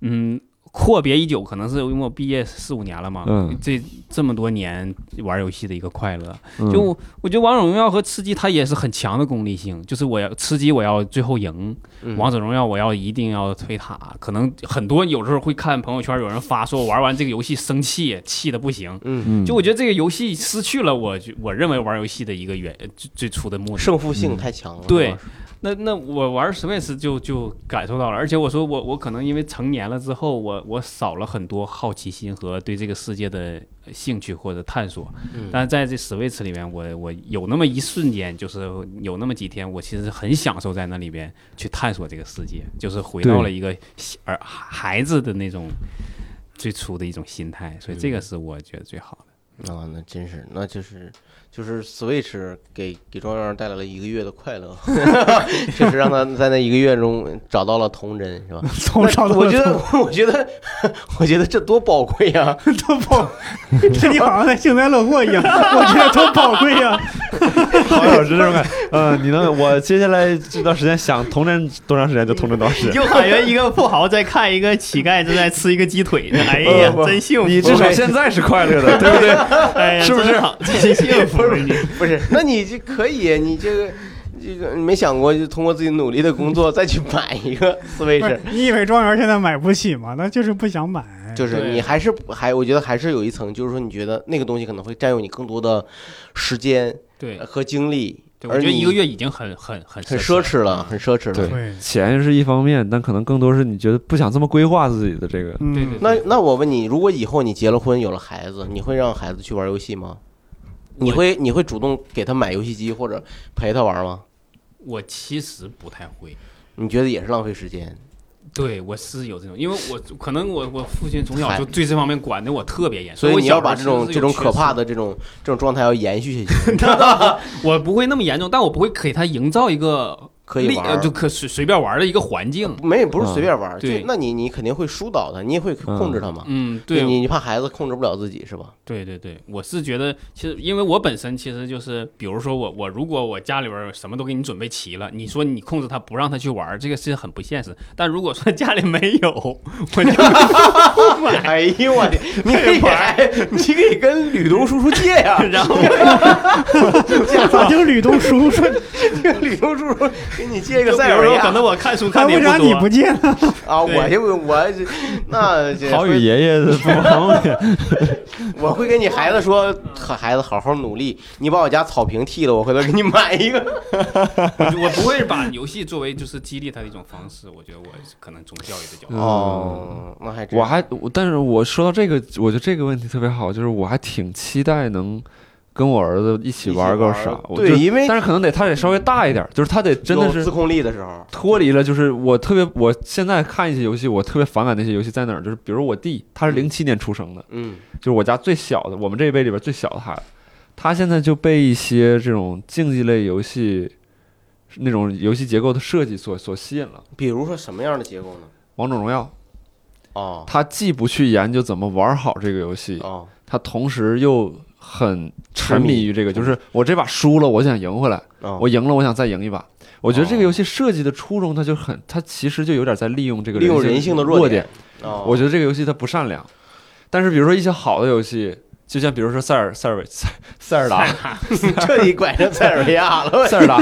C: 嗯，阔别已久，可能是因为我毕业四五年了嘛，
A: 嗯
C: 这这么多年玩游戏的一个快乐。啊
A: 嗯
C: 就我觉得王者荣耀和吃鸡它也是很强的功利性，就是我要吃鸡我要最后赢，
D: 嗯
C: 王者荣耀我要一定要推塔。可能很多有时候会看朋友圈有人发说我玩完这个游戏生气，气的不行。
D: 嗯，
A: 嗯
C: 就我觉得这个游戏失去了我我认为玩游戏的一个原最最初的目的。
D: 胜负性太强了。
C: 嗯对
D: 是吧，
C: 那那我玩 Switch 就就感受到了，而且我说我我可能因为成年了之后，我我少了很多好奇心和对这个世界的兴趣或者探索。
D: 嗯
C: 但是在这 Switch 里面，我我有那么一瞬间，就是有那么几天，我其实很享受在那里边去探索这个世界，就是回到
A: 对
C: 了一个小儿孩子的那种最初的一种心态，所以
A: 嗯
C: 这个是我觉得最好的。
D: 啊，那真是，那就是就是 Switch 给给庄园带来了一个月的快乐， 确实让他在那一个月中找到了童真，是吧？
B: 从上到
D: 我 觉得
B: 头，
D: 我觉得，我觉得这多宝贵啊呀、
B: 多宝，这你好像在幸灾乐祸 一样，我觉得多宝贵啊呀、
A: 好像是这种感觉。嗯，你能，我接下来这段时间想童真多长时间就童真多长时间。
E: 就感觉一个富豪在看一个乞丐正在吃一个鸡腿，哎呀，真幸福！
A: 你至少现在是快乐的，对不对？
E: 哎 呀，
A: 是不是
E: 真好？真幸福！你
D: 不是，那你这可以，你这个这个你没想过，就通过自己努力的工作再去买一个
B: 不
D: Switch，
B: 是，你以为庄园现在买不起吗？那就是不想买。
D: 就是你还是还，我觉得还是有一层，就是说你觉得那个东西可能会占用你更多的时间
A: 呃
C: 对，
D: 和精力，
C: 对我
D: 而
C: 觉得
D: 你
C: 一个月已经很很很
D: 很奢侈了，
C: 嗯
D: 很奢侈了
A: 对。
B: 对，
A: 钱是一方面，但可能更多是你觉得不想这么规划自己的这个。
B: 嗯，
C: 对对
D: 那那我问你，如果以后你结了婚有了孩子，你会让孩子去玩游戏吗？你会你会主动给他买游戏机或者陪他玩吗？
C: 我其实不太会。
D: 你觉得也是浪费时间？
C: 对，我是有这种，因为我可能我我父亲从小就对这方面管的我特别严，
D: 所以
C: 我
D: 你要
C: 小
D: 把
C: 时
D: 这
C: 候
D: 种
C: 其实是
D: 这种
C: 有缺
D: 可怕
C: 失，
D: 的这种这种状态要延续下去，
C: 我不会那么严重，但我不会给他营造一个
D: 可以
C: 利
D: 玩
C: 呃
D: 儿
C: 就可随随便玩的一个环境。
D: 没不是随便玩儿，
C: 嗯对
D: 就那你你肯定会疏导他，你也会控制他嘛。
C: 嗯，对，
D: 你你怕孩子控制不了自己是 吧？
C: 对对对，我是觉得，其实因为我本身其实就是，比如说我我如果我家里边儿什么都给你准备齐了，你说你控制他不让他去玩儿，这个是很不现实。但如果说家里没有，我就
D: 哎呦我的， 你可以给 你可以跟吕东叔叔借 呀、
C: 然后
B: 咋就吕 东叔叔？
D: 吕东叔叔给你借一
C: 就
D: 个
C: 比
D: 塞尔
C: 如
D: 维
C: 说
D: 亚
C: 可能我看书
B: 他
C: 看的
B: 为
C: 也
B: 啥你
C: 多啊
B: 不，见呢？
D: 啊，
C: 对
D: 我就我这 那这
A: 好与爷爷的不方便，
D: 我会跟你孩子说，和孩子好好努力，你把我家草坪剃了，我回头给你买一个。
C: 我我不会把游戏作为就是激励他的一种方式。我觉得我可能从教育的角度，
D: 哦，那还真
A: 嗯我还，我但是我说到这个，我觉得这个问题特别好，就是我还挺期待能跟我儿子一起玩个
D: 一起
A: 啥
D: 玩。
A: 我
D: 对
A: 就
D: 因为
A: 但是可能得他得稍微大一点，就是他得真的
D: 有
A: 是
D: 自控力的时候，
A: 脱离了，就是我特别，我现在看一些游戏，我特别反感那些游戏在哪儿，就是比如我弟，他是零七年出生的，
D: 嗯，
A: 就是我家最小的，我们这一辈里边最小的孩子，他现在就被一些这种竞技类游戏那种游戏结构的设计所所吸引了。
D: 比如说什么样的结构呢？
A: 王者荣耀，
D: 哦
A: 他既不去研究怎么玩好这个游戏，
D: 哦，
A: 他同时又很沉
D: 沉迷
A: 迷于这个，就是我这把输了，我想赢回来，
D: 哦
A: 我赢了，我想再赢一把。我觉得这
D: 哦
A: 个游戏设计的初衷，它就很，它其实就有点在利用这个
D: 利用人
A: 人
D: 性的弱
A: 弱
D: 点
A: 点。
D: 哦，
A: 我觉得这个游戏它不善良，但是比如说一些好的游戏，就像比如说塞尔塞尔维塞塞 尔达，
D: 彻底拐上塞尔维亚了。
A: 塞尔达，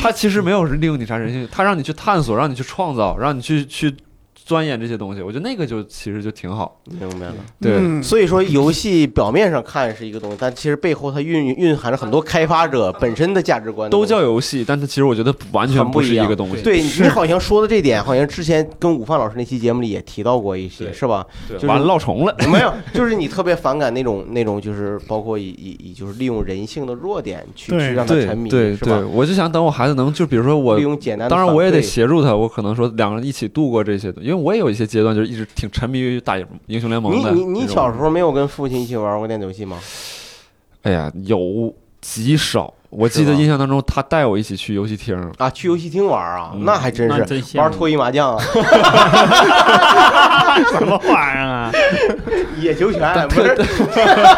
A: 它其实没有利用你啥人性，它让你去探索，让你去创造，让你去去钻研这些东西。我觉得那个就其实就挺好。
D: 明白了。
A: 对，
B: 嗯
D: 所以说，游戏表面上看是一个东西，但其实背后它蕴蕴含着很多开发者本身的价值观的东
A: 都
D: 西。
A: 叫游戏，但它其实我觉得完全
D: 很不
A: 不是
D: 一样
A: 一个东西。
D: 对
B: 是
D: 你好像说的这点，好像之前跟午饭老师那期节目里也提到过一些，
A: 对
D: 是吧？就是
A: 完了落重了。
D: 没有，就是你特别反感那种那种，就是包括以以以就是利用人性的弱点去
B: 对
D: 去让他
A: 对
D: 沉迷，
A: 对
D: 是
A: 对，
D: 吧？
A: 我就想等我孩子能，就比如说我
D: 利。用简单的
A: 当
D: 反馈，
A: 然，我也得协助他。我可能说两个人一起度过这些，因为我也有一些阶段，就是一直挺沉迷于打英雄联盟
D: 你
A: 的。
D: 你你小时
A: 候？
D: 候没有跟父亲一起玩过电子游戏吗？
A: 哎呀，有极少。我
D: 是
A: 记得
D: 吧
A: 印象当中，他带我一起去游戏厅，
D: 啊，去游戏厅玩啊，
A: 嗯
D: 那还真
C: 那
D: 是
C: 真羡
D: 玩
C: 慕
D: 脱衣麻将啊，
E: 什么玩意儿啊？
D: 野球拳不是，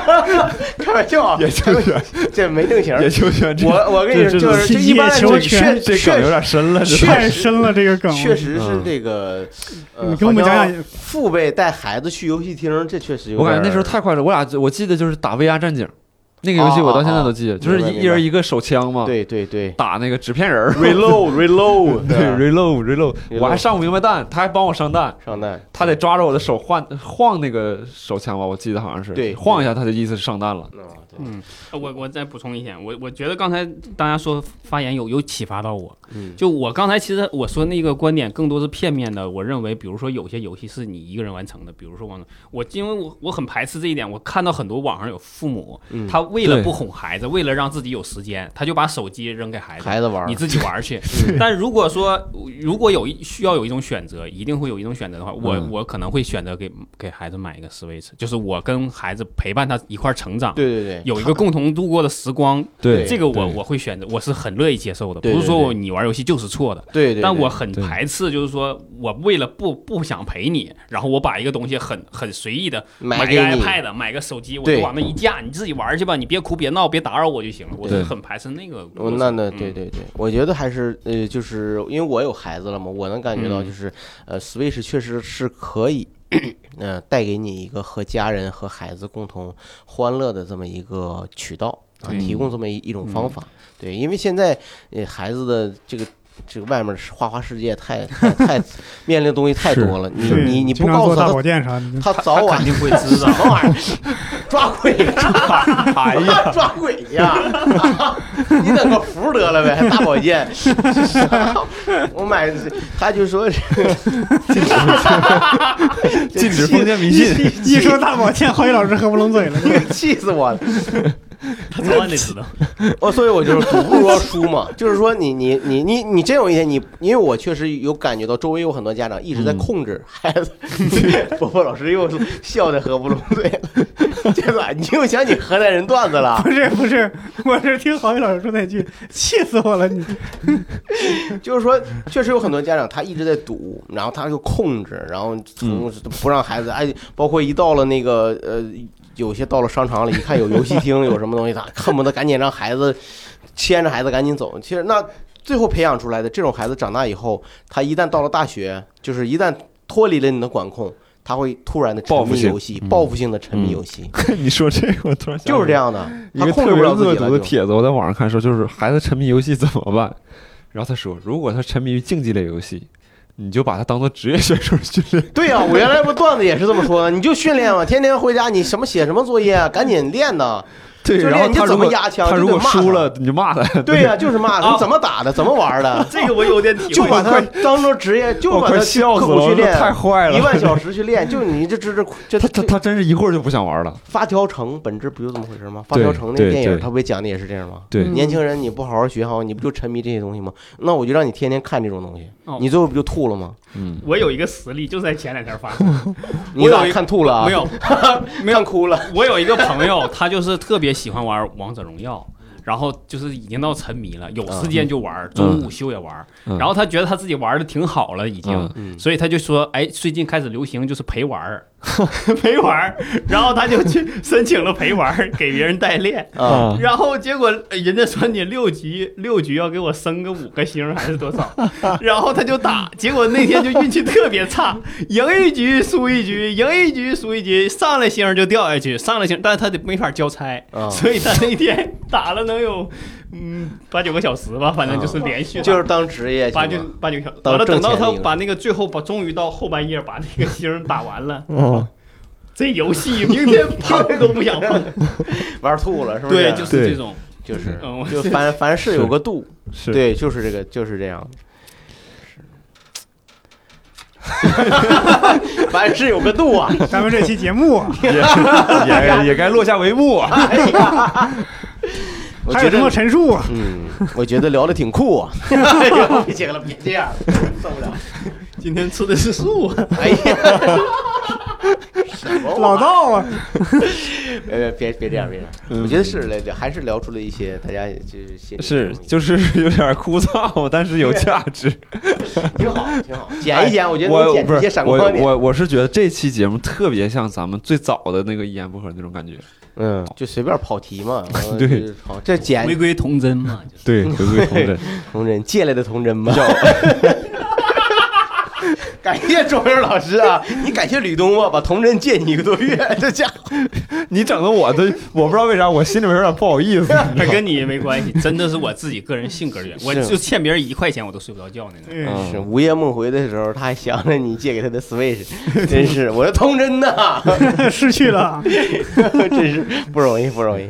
D: 开玩笑啊，
A: 也就是
D: 这没正形儿。
A: 也就选这
D: 我我跟你说，
A: 这
D: 就是
B: 这
D: 这一般来说
B: 野球拳
D: 确
A: 这梗有
D: 确
A: 点深了，这
B: 太深了这个梗，
D: 确实是
A: 嗯
D: 这个，呃
B: 你给我们
D: 好像
B: 讲讲
D: 父辈带孩子去游戏厅，这确实有
A: 我
D: 点
A: 感
D: 儿。
A: 觉那时候太快乐，我俩我记得就是打 VR 战警，那个游戏我到现在
D: 啊啊
A: 都
D: 啊
A: 记，得，就是
D: 明白
A: 一
D: 明
A: 一人
D: 白
A: 一个手枪嘛，
D: 对 对对
A: 打那个纸片人儿。
D: ，reload reload，
A: 对，reload reload，
D: 啊 Reload
A: 我还上不明白弹，他还帮我上弹，
D: 上弹，
A: 他得抓着我的手换晃那个手枪吧，我记得好像是，
D: 对
A: 晃一下他的意思是上弹了。
D: 嗯对
C: 嗯，我我再补充一点，我我觉得刚才大家说发言有有启发到我，
D: 嗯
C: 就我刚才其实我说那个观点更多是片面的，我认为比如说有些游戏是你一个人完成的，比如说我我因为我我很排斥这一点，我看到很多网上有父母，
D: 嗯
C: 他为了
A: 对
C: 不哄孩子，为了让自己有时间，他就把手机扔给孩子，
D: 孩子玩儿
C: 你，自己玩儿 去。但如果说如果有一需要有一种选择，一定会有一种选择的话，我、
A: 嗯
C: 我可能会选择给给孩子买一个 Switch，就是我跟孩子陪伴他一块儿成长，
D: 对对对，
C: 有一个共同度过的时光，
D: 对
C: 这个我
A: 对
C: 我会选择，我是很乐意接受的，
D: 对
C: 不是说
D: 对对
C: 我你玩游戏就是错的。
D: 对对对，
C: 但我很
A: 对
C: 排斥，就是说我为了不不想陪你，然后我把一个东西很很随意的
D: 买
C: 个
D: 给你，
C: iPad，买个手机，我
D: 对
C: 就往那一架，你自己玩去吧，你别哭别闹，别打扰我就行了。我
A: 对
C: 是很排斥那个过
D: 我
C: 程。
D: 那那
C: 嗯
D: 对对对，我觉得还是呃，就是因为我有孩子了嘛，我能感觉到
C: 嗯
D: 就是呃，Switch 确实是可以，呃，带给你一个和家人和孩子共同欢乐的这么一个渠道啊，
C: 对嗯
D: 提供这么一一种方法。对，因为现在呃孩子的这个。这个外面是花花世界太太太 面临的东西太多了，你
B: 对
D: 你你
B: 经
D: 不
B: 常
D: 告诉
B: 做
D: 他
B: 大，保健啥 的，
D: 他早晚
C: 肯定会知
D: 什
C: 道。
D: 么玩意儿？ 抓鬼抓，哎呀，抓鬼呀！ 你等个福得了呗，大保健。 我买，他就说是
A: 禁止封建迷 信，
B: 一说大保健，郝宇老师合不拢嘴了。
D: 气死我了！
E: 他早晚得 知道。
D: 哦，所以我就是读不如说书嘛，就是说你你你你你真有一天你，因为我确实有感觉到周围有很多家长一直在控制 孩子，波波老师又笑得合不拢嘴了， 这咋你又想起河南人段子了？
B: 不是不是，我是听郝宇老师说那句，气死我了！你
D: 就是说，确实有很多家长他一直在赌，然后他就控制，然后从不让孩子，哎，包括一到了那个呃，有些到了商场里，一看有游戏厅，有什么东西，他恨不得赶紧让孩子牵着孩子赶紧走。其实那最后培养出来的这种孩子，长大以后，他一旦到了大学，就是一旦脱离了你的管控，他会突然的沉
A: 报复
D: 迷
A: 性
D: 游戏，
A: 嗯
D: 报复性的沉迷游戏，
A: 你说这个我突然想起来
D: 就是这样的，
A: 一
D: 他
A: 个
D: 控
A: 特
D: 制不
A: 别
D: 了自
A: 恶
D: 己
A: 毒的
D: 了就。
A: 帖子，我在网上看说，就是孩子沉迷游戏怎么办？然后他说，如果他沉迷于竞技类游戏，你就把他当做职业选手训练。
D: 对呀、啊我原来不段子也是这么说的，你就训练嘛，天天回家你什么写什么作业啊，赶紧练呐。
A: 对，
D: 就
A: 然
D: 练
A: 后
D: 你
A: 他
D: 怎
A: 如
D: 么
A: 果
D: 压枪，
A: 他
D: 就
A: 如
D: 得
A: 果
D: 骂他
A: 输了，啊你就骂他。
D: 对呀、就是骂他，你怎么打的，怎么 玩的，
E: 这个我有点体会，
D: 就把他当做职业，就
A: 我
D: 把
A: 快
D: 他去
A: 笑
D: 刻
A: 死了，
D: 苦
A: 我
D: 训
A: 说
D: 练，
A: 太坏了，
D: 一万小时去练，就你这 这这这
A: 他他他真是一会儿就不想玩了。
D: 发条城本质不就这么回事吗？发
A: 对
D: 条城那
A: 对
D: 电
A: 对
D: 影，他不也讲的也是这样吗？
A: 对
B: 嗯
D: 年轻人，你不好好学好，你不就沉迷这些东西吗？那我就让你天天看这种东西
C: 哦，
D: 你最后不就吐了吗？
A: 嗯，
E: 我有一个实例，就在前两天发生的，
D: 你
C: 有
D: 咋
C: 一
D: 看吐了啊？
C: 没有，没有
D: 看哭了。
C: 我有一个朋友，他就是特别喜欢玩王者荣耀，然后就是已经到沉迷了，有时间就玩，中午午休也玩。
A: 嗯
C: 然后他觉得他自己玩的挺好了，已经，
A: 嗯
D: 嗯
C: 所以他就说：“哎，最近开始流行就是陪玩 儿。
E: 陪玩儿，然后他就去申请了陪玩儿，给别人代练，
A: 嗯
D: 啊，
E: 然后结果呃人家说你六局六局要给我升个五个星还是多少， 然后他就打，结果那天就运气特别差，赢一局输一局，赢一局输一局，上来星就掉下去，上来星，但是他得没法交差，
D: 啊
E: 所以他那天打了能有嗯八九个小时吧，反正就是连续打。
D: 就是当职业去
E: 八九
D: 了
E: 八九个小时，
D: 当
E: 完了等到
D: 挣钱
E: 他
D: 那个
E: 把那个最后把终于到后半夜把那个星儿打完 了，
A: 哦，
E: 这游戏明天碰都不想 碰。
D: 玩吐了，是不是？
C: 对，就是这种。
D: 就是
C: 嗯我，
D: 就凡凡事有个度，
A: 是
D: 对，就是这个，就是这 样。是凡事有个度啊！
B: 咱们这期节目啊，
A: 也 也也该落下帷幕啊。
D: 哎呀，我
B: 还有
D: 觉
B: 什么
D: 得，
B: 陈述啊？
D: 嗯，我觉得聊的挺酷啊！ 哎呦不行了，别这样了，受不了！
E: 今天吃的是素啊，
D: 哎呀，什么
B: 老
D: 道，
B: 道啊，
D: 别哎别别这样，别这样！我觉得是来聊，还是聊出了一些大家就是心里
A: 是
D: 的，东西
A: 就是有点枯燥，但是有价值。
D: 挺好，挺好，剪一剪，我觉得能
A: 哎我
D: 剪
A: 不
D: 出一
A: 是
D: 些闪
A: 我
D: 光点。
A: 我我是觉得这期节目特别像咱们最早的那个一言不合那种感觉。
D: 嗯，就随便跑 题嘛。然后
A: 对
D: 就是好，这剪
C: 回归童真嘛，就是
A: 对，回归童真。
D: 童真借来的童真吧。 感谢周英老师啊！你感谢吕东吧，把童真借你一个多月， 这家伙
A: 你整的我都我不知道为啥，我心里面有点不好 意思。
C: 那哎跟你也没关系，真的是我自己个人性格原因，我
D: 是
C: 就欠别人一块钱我都睡不着觉呢。
B: 对
A: 嗯
D: 是午夜梦回的时候，他还想着你借给他 的 Switch，真是我说童真呐，
B: 失去了。啊
D: 真是不容易，不容易。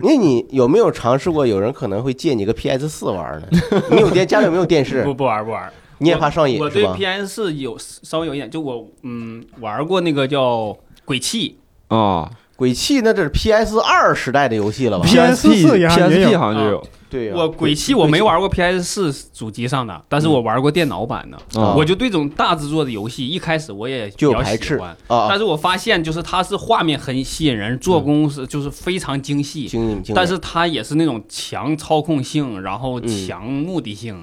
D: 那你有没有尝试过有人可能会借你个 PS 四 玩呢？你有电家里有没有电视
C: 不？不玩不玩，
D: 你也怕上
C: 我
D: 瘾是
C: 对
D: 吧？
C: PS 四有稍微有一点，就我嗯玩过那个叫《鬼泣
A: 啊
D: 鬼泣那这是 PS 二时代的游戏了吧？
B: PS4 也好像也有
A: PSP 好像就有，
D: 对》，啊呀、
C: 我《鬼泣》我没玩过 PS 四主机上的，但是我玩过电脑版的。
A: 啊
C: 我就对这种大制作的游戏，一开始我也比
D: 就有
C: 较
D: 排
C: 喜
D: 斥
C: 欢，
D: 啊，
C: 但是我发现就是它是画面很吸引人，做工是就是非常精细，
D: 经经，
C: 但是它也是那种强操控性，然后
D: 嗯
C: 强目的性，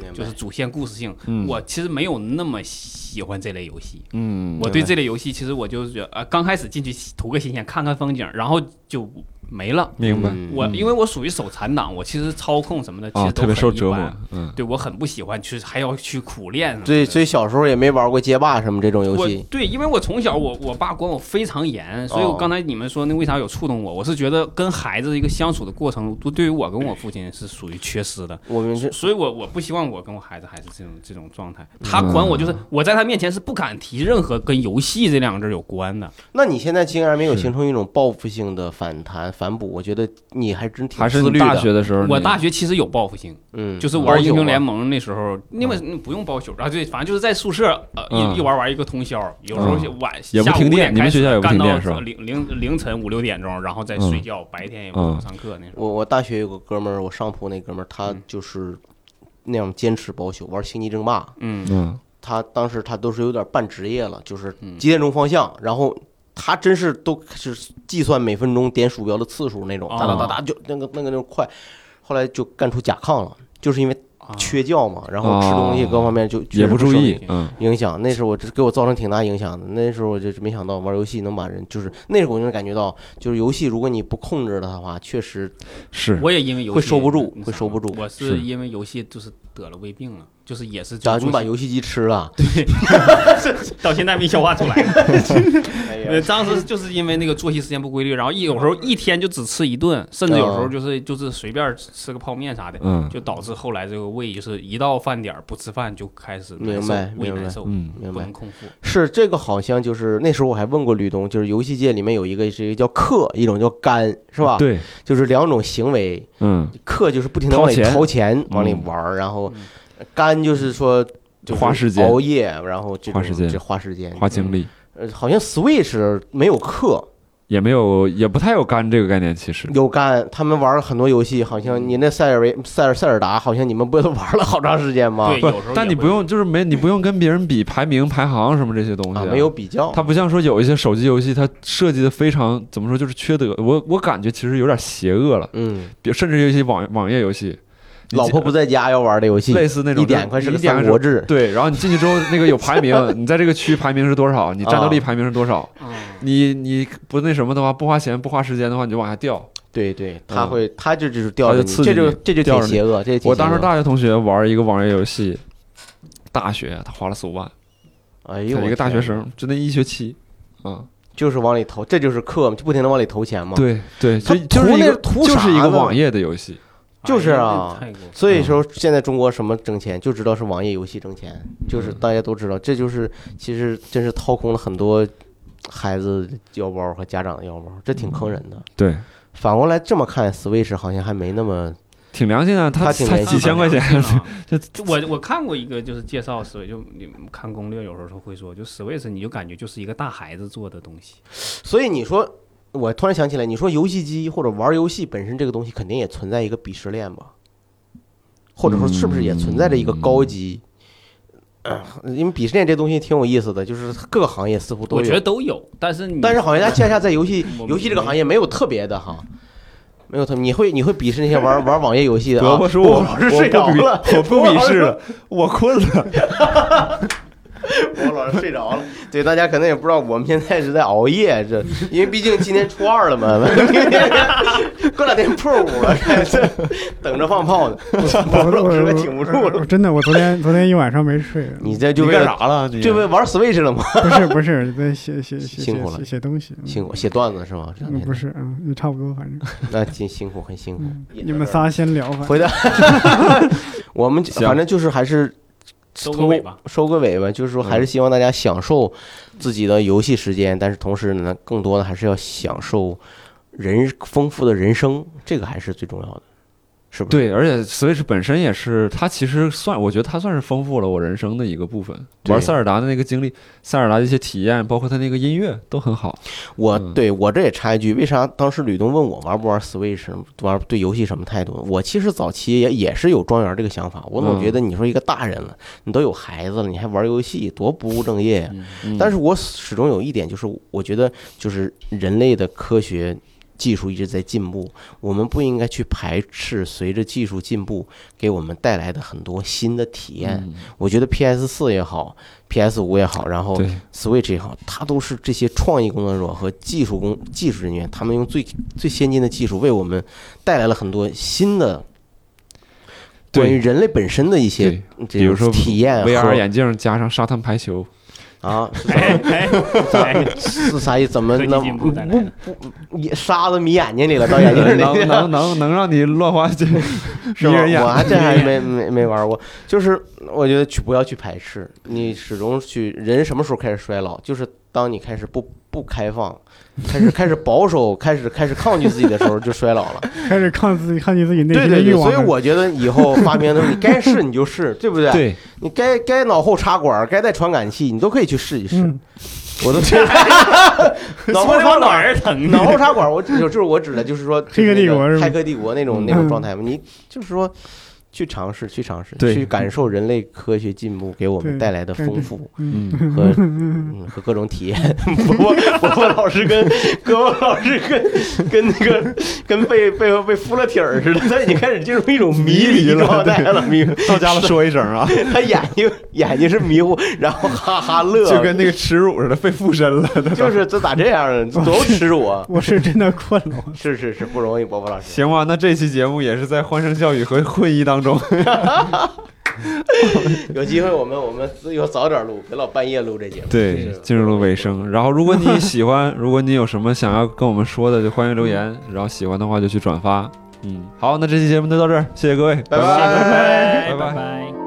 D: 明白
C: 就是主线故事性。
A: 嗯
D: 啊
C: 我其实没有那么喜欢这类游戏，
A: 嗯，
C: 我对
D: 白
C: 这类游戏其实我就是觉得，呃，刚开始进去图个新鲜，看看风景，然后就没了。
A: 明白
D: 嗯
C: 我因为我属于手残党，我其实操控什么的其
A: 啊，
C: 实都
A: 特别
C: 很
A: 受
C: 一
A: 折磨
C: 般。，
A: 嗯
C: 对我很不喜欢去，还要去苦练什么的。
D: 所以所以小时候也没玩过街霸什么这种游
C: 我
D: 戏，
C: 对，因为我从小我我爸管我非常严，所以我
D: 哦
C: 刚才你们说那为啥有触动我，我是觉得跟孩子一个相处的过程，都对于我跟我父亲是属于缺失的，
D: 我们是
C: 所以我我不希望我跟我孩子还是这种这种状态。他管我
D: 嗯
C: 就是我在他面前是不敢提任何跟游戏这两个字儿有关的，
D: 那你现在竟然没有
A: 是
D: 形成一种报复性的反弹反哺，我觉得你还真挺
A: 还是
D: 自
A: 你
D: 律
A: 大
D: 的。
A: 学的时候，
C: 我
A: 你
C: 大学其实有报复性。
D: 嗯，
C: 就是玩英雄联
D: 盟，
C: 盟那时候，因为嗯不用包宿啊，对，反正就是在宿舍呃
A: 嗯
C: 一一玩玩一个通宵，有时候
A: 嗯
C: 就晚
A: 也不
C: 下午
A: 停
C: 五
A: 电
C: 点
A: 你们
C: 开
A: 学
C: 始
A: 校也不
C: 干
A: 停
C: 到
A: 电是吧嗯
C: 凌凌凌晨五六点钟，然后再睡觉，白天也不怎么上课那时候。
D: 我我大学有个哥们儿，我上铺那哥们儿，他
C: 嗯
D: 就是那样坚持包宿，玩星际争霸。
C: 嗯，
A: 嗯
D: 他当时他都是有点半职业了，就是
C: 嗯
D: 几点钟方向，然后他真是都就是计算每分钟点鼠标的次数那种，
C: 哦
D: 哒哒哒哒就那个那个那种快，后来就干出甲亢了，就是因为哦
C: 啊
D: 缺觉嘛，然后吃东西各方面就
A: 也不注
D: 确实受
A: 意，嗯
D: 影响，那时候我这给我造成挺大影响的。那时候我就没想到玩游戏能把人，就是那时候我就能感觉到，就是游戏如果你不控制它的话，确实
A: 是
C: 我也因为游戏
D: 会收不住
C: 嗯
D: 会收不住
C: 我
A: 是
C: 是因为游戏就是得了胃病了，就是也是
D: 假
C: 就
D: 如你把
C: 是
D: 游戏机吃了，
E: 到现在没消化 出来。
C: 呃，当时就是因为那个作息时间不规律，然后一有时候一天就只吃一顿，甚至有时候就是就是随便吃个泡面啥的，
A: 嗯
C: 就导致后来这个胃就是一到饭点儿不吃饭就开始难
D: 明
C: 受
D: 白
C: 胃
D: 明白
C: 难受，
A: 嗯
D: 明
C: 不
D: 白
C: 能空腹。
D: 是这个好像就是那时候我还问过吕东，就是游戏界里面有一个是一个叫氪，一种叫肝，是吧？，
A: 对
D: 就是两种行为，
A: 嗯
D: 氪就是不停的往里
A: 掏钱嗯
D: 掏钱往里玩儿，然后肝就是说就是
A: 花时间
D: 熬夜，然后这种
A: 花时间
D: 这花时间
A: 花精力
D: 呃，好像 Switch 没有氪。
A: 也没有也不太有肝这个概念，其实
D: 有肝，他们玩了很多游戏，好像你那塞尔维、塞尔塞尔达，好像你们不都玩了好长时间吗？
C: 对，
A: 不
C: 有时候，
A: 但
C: 也
A: 你
C: 会
A: 不用就是没你不用跟别人比排名排行什么这些东西
D: 啊，没有比较，
A: 它不像说有一些手机游戏，它设计的非常怎么说，就是缺德。我我感觉其实有点邪恶了，
D: 嗯，
A: 比甚至有一些网网页游戏，你
D: 老
A: 进
D: 婆不在家要玩的游戏，
A: 类似那种
D: 一点快是
A: 你
D: 个
A: 一点
D: 三
A: 开
D: 国
A: 始
D: 志，
A: 对，然后你进去之后，那个有排名，你在这个区排名是多少，你战斗力
D: 啊
A: 排名是多少，
C: 嗯
A: 你你不那什么的话，不花钱不花时间的话，你就往下掉。
D: 对对，他会，他就就是掉
A: 嗯他就
D: 着你，
A: 刺激
D: 这就
A: 你
D: 这就
A: 吊
D: 挺
A: 着你
D: 邪恶，这就挺
A: 我当时
D: 邪恶，
A: 大学同学玩一个网页游戏，大学他花了四五万，
D: 哎
A: 他
D: 呦，
A: 一个大学
D: 我天，
A: 生，就那一学期，啊，
D: 就是往里投，这就是氪，就不停的往里投钱嘛。，
A: 对对，
D: 他
A: 就就是
D: 图
A: 一
D: 那
A: 个
D: 图
A: 就
D: 啥
A: 是一个
D: 呢
A: 网页的游戏，
D: 就是啊
C: 哎呀那太过分了
D: 所以
A: 嗯
D: 说现在中国什么挣钱，就知道是网页游戏挣钱，
A: 嗯
D: 就是大家都知道，这就是其实真是掏空了很多孩子的腰包和家长的腰包，这挺坑人的。
A: 对，
D: 反过来这么看，Switch 好像还没那么
A: 挺良心啊，
D: 他
A: 他
D: 挺
A: 才
D: 良
A: 几
D: 心
A: 千块钱，
C: 啊
A: 这
C: 就我我看过一个就是介绍 Switch，就你们看攻略有时候会说，就 Switch 你就感觉就是一个大孩子做的东西，
D: 所以你说，我突然想起来，你说游戏机或者玩游戏本身这个东西，肯定也存在一个鄙视链吧？或者说，是不是也存在着一个高级？呃因为鄙视链这东西挺有意思的，就是各个行业似乎都
C: 我觉得
D: 有，
C: 都有，但是你
D: 但是好像大恰恰在游戏
C: 我们
D: 游戏这个行业没有特别的哈。没有特，你会你会鄙视那些玩 玩网页 游戏的
A: 伯
D: 啊？
A: 伯说我
D: 我老是睡着了，
A: 我不鄙视了，我困了。
D: 我老是睡着了。 对，大家可能也不知道，我们现在是在熬夜，这因为毕竟今天初二了嘛， 过两天破五了， 这等着放炮呢。我老实在挺不住了
B: 我。 真的，我昨天昨天一晚上没睡，啊
D: 你这 就
A: 你
D: 为
A: 干
D: 了
A: 啥了？你
D: 就为玩 Switch 了吗？
B: 不是不是在写写写
D: 辛苦了
B: 写写东西，嗯
D: 辛苦，写段子是吗？这两
B: 嗯
D: 天
B: 不是嗯，也差不多，反正
D: 那挺辛苦，很辛苦。
B: 嗯你们仨先聊，反正
D: 回答，我们就
A: 行
D: 反正就是还是
C: 收个尾吧，
D: 收个尾巴，就是说还是希望大家享受自己的游戏时间，但是同时呢，更多的还是要享受人丰富的人生，这个还是最重要的，是不是？
A: 对，而且 Switch 本身也是，它其实算，我觉得它算是丰富了我人生的一个部分。
D: 对
A: 玩塞尔达的那个经历，塞尔达的一些体验，包括它那个音乐都很好。
D: 我
A: 嗯
D: 对我这也插一句，为啥当时吕东问我玩不玩 Switch，玩对游戏什么态度？我其实早期也也是有庄园这个想法，我总
A: 嗯
D: 觉得你说一个大人了，你都有孩子了，你还玩游戏，多不务正业呀、
A: 嗯
D: 但是我始终有一点，就是我觉得，就是人类的科学技术一直在进步，我们不应该去排斥随着技术进步给我们带来的很多新的体验。
A: 嗯
D: 我觉得 PS 四也好，PS 五也好，然后
A: 对，
D: Switch 也好，它都是这些创意工作者和技术工技术人员，他们用最最先进的技术为我们带来了很多新的。
A: 对
D: 关于人类本身的一些
A: 对
D: 这
A: 比如说
D: 种体验和
A: VR 眼镜加上沙滩排球，
D: 啊，是
E: 哎哎 哎，
D: 是啥意思？怎么
C: 科技
D: 能
C: 进步
D: 不
C: 带来的
D: 不也沙子迷眼睛里了？到眼睛
A: 能
D: 里了，
A: 能能能让你乱 花这
D: 是
A: 迷
D: 吧
A: 人？眼
D: 我还这还没没没玩过，就是我觉得去不要去排斥，你始终去人什么时候开始衰老？就是当你开始不不开放，开始开始保守，开始开始抗拒自己的时候，就衰老了。
B: 开始抗自己抗拒自己内
D: 对
B: 心的
D: 对
B: 欲
D: 对，
B: 望
D: 所以
B: 了。
D: 我觉得以后发明的时候，你该试你就试，对不对？
A: 对，
D: 你该该脑后插管，该带传感器，你都可以去试一试。
B: 嗯，
D: 我都觉得脑
C: 说
D: 后
C: 的
D: 插
C: 我哪
D: 管
C: 儿疼？
D: 脑后插管，我只就是我指的就是说
B: 黑客帝国
D: 就
B: 是
D: 是那个
B: 吗
D: 黑客帝国那种
A: 嗯
D: 那种状态嘛。你就是说去尝试，去尝试，
A: 对
D: 去感受人类科学进步给我们
B: 对
D: 带来的丰富
A: 嗯，
D: 和嗯和各种体验。 伯伯伯老师跟伯伯老师跟跟那个跟被被被敷了体儿似的， 他已经开始进入一种迷离状态了，迷
A: 到家了说一声啊，
D: 他眼睛眼睛是迷糊，然后哈哈乐，
A: 就跟那个耻辱似的，被附身了。
D: 就是这咋这样呢？这多耻辱啊！
B: 我是真的困了，我
D: 是是是不容易，伯伯老师。
A: 行吧，那这期节目也是在欢声笑语和会议当中，
D: 有机会我们我们以后早点录，别老半夜录这节目。
A: 对，进入了尾。声。然后，如果你喜欢，如果你有什么想要跟我们说的，就欢迎留言。然后喜欢的话就去转发。嗯，好，那这期节目就到这儿，谢谢各位，
D: 拜拜
C: 拜
A: 拜拜
C: 拜。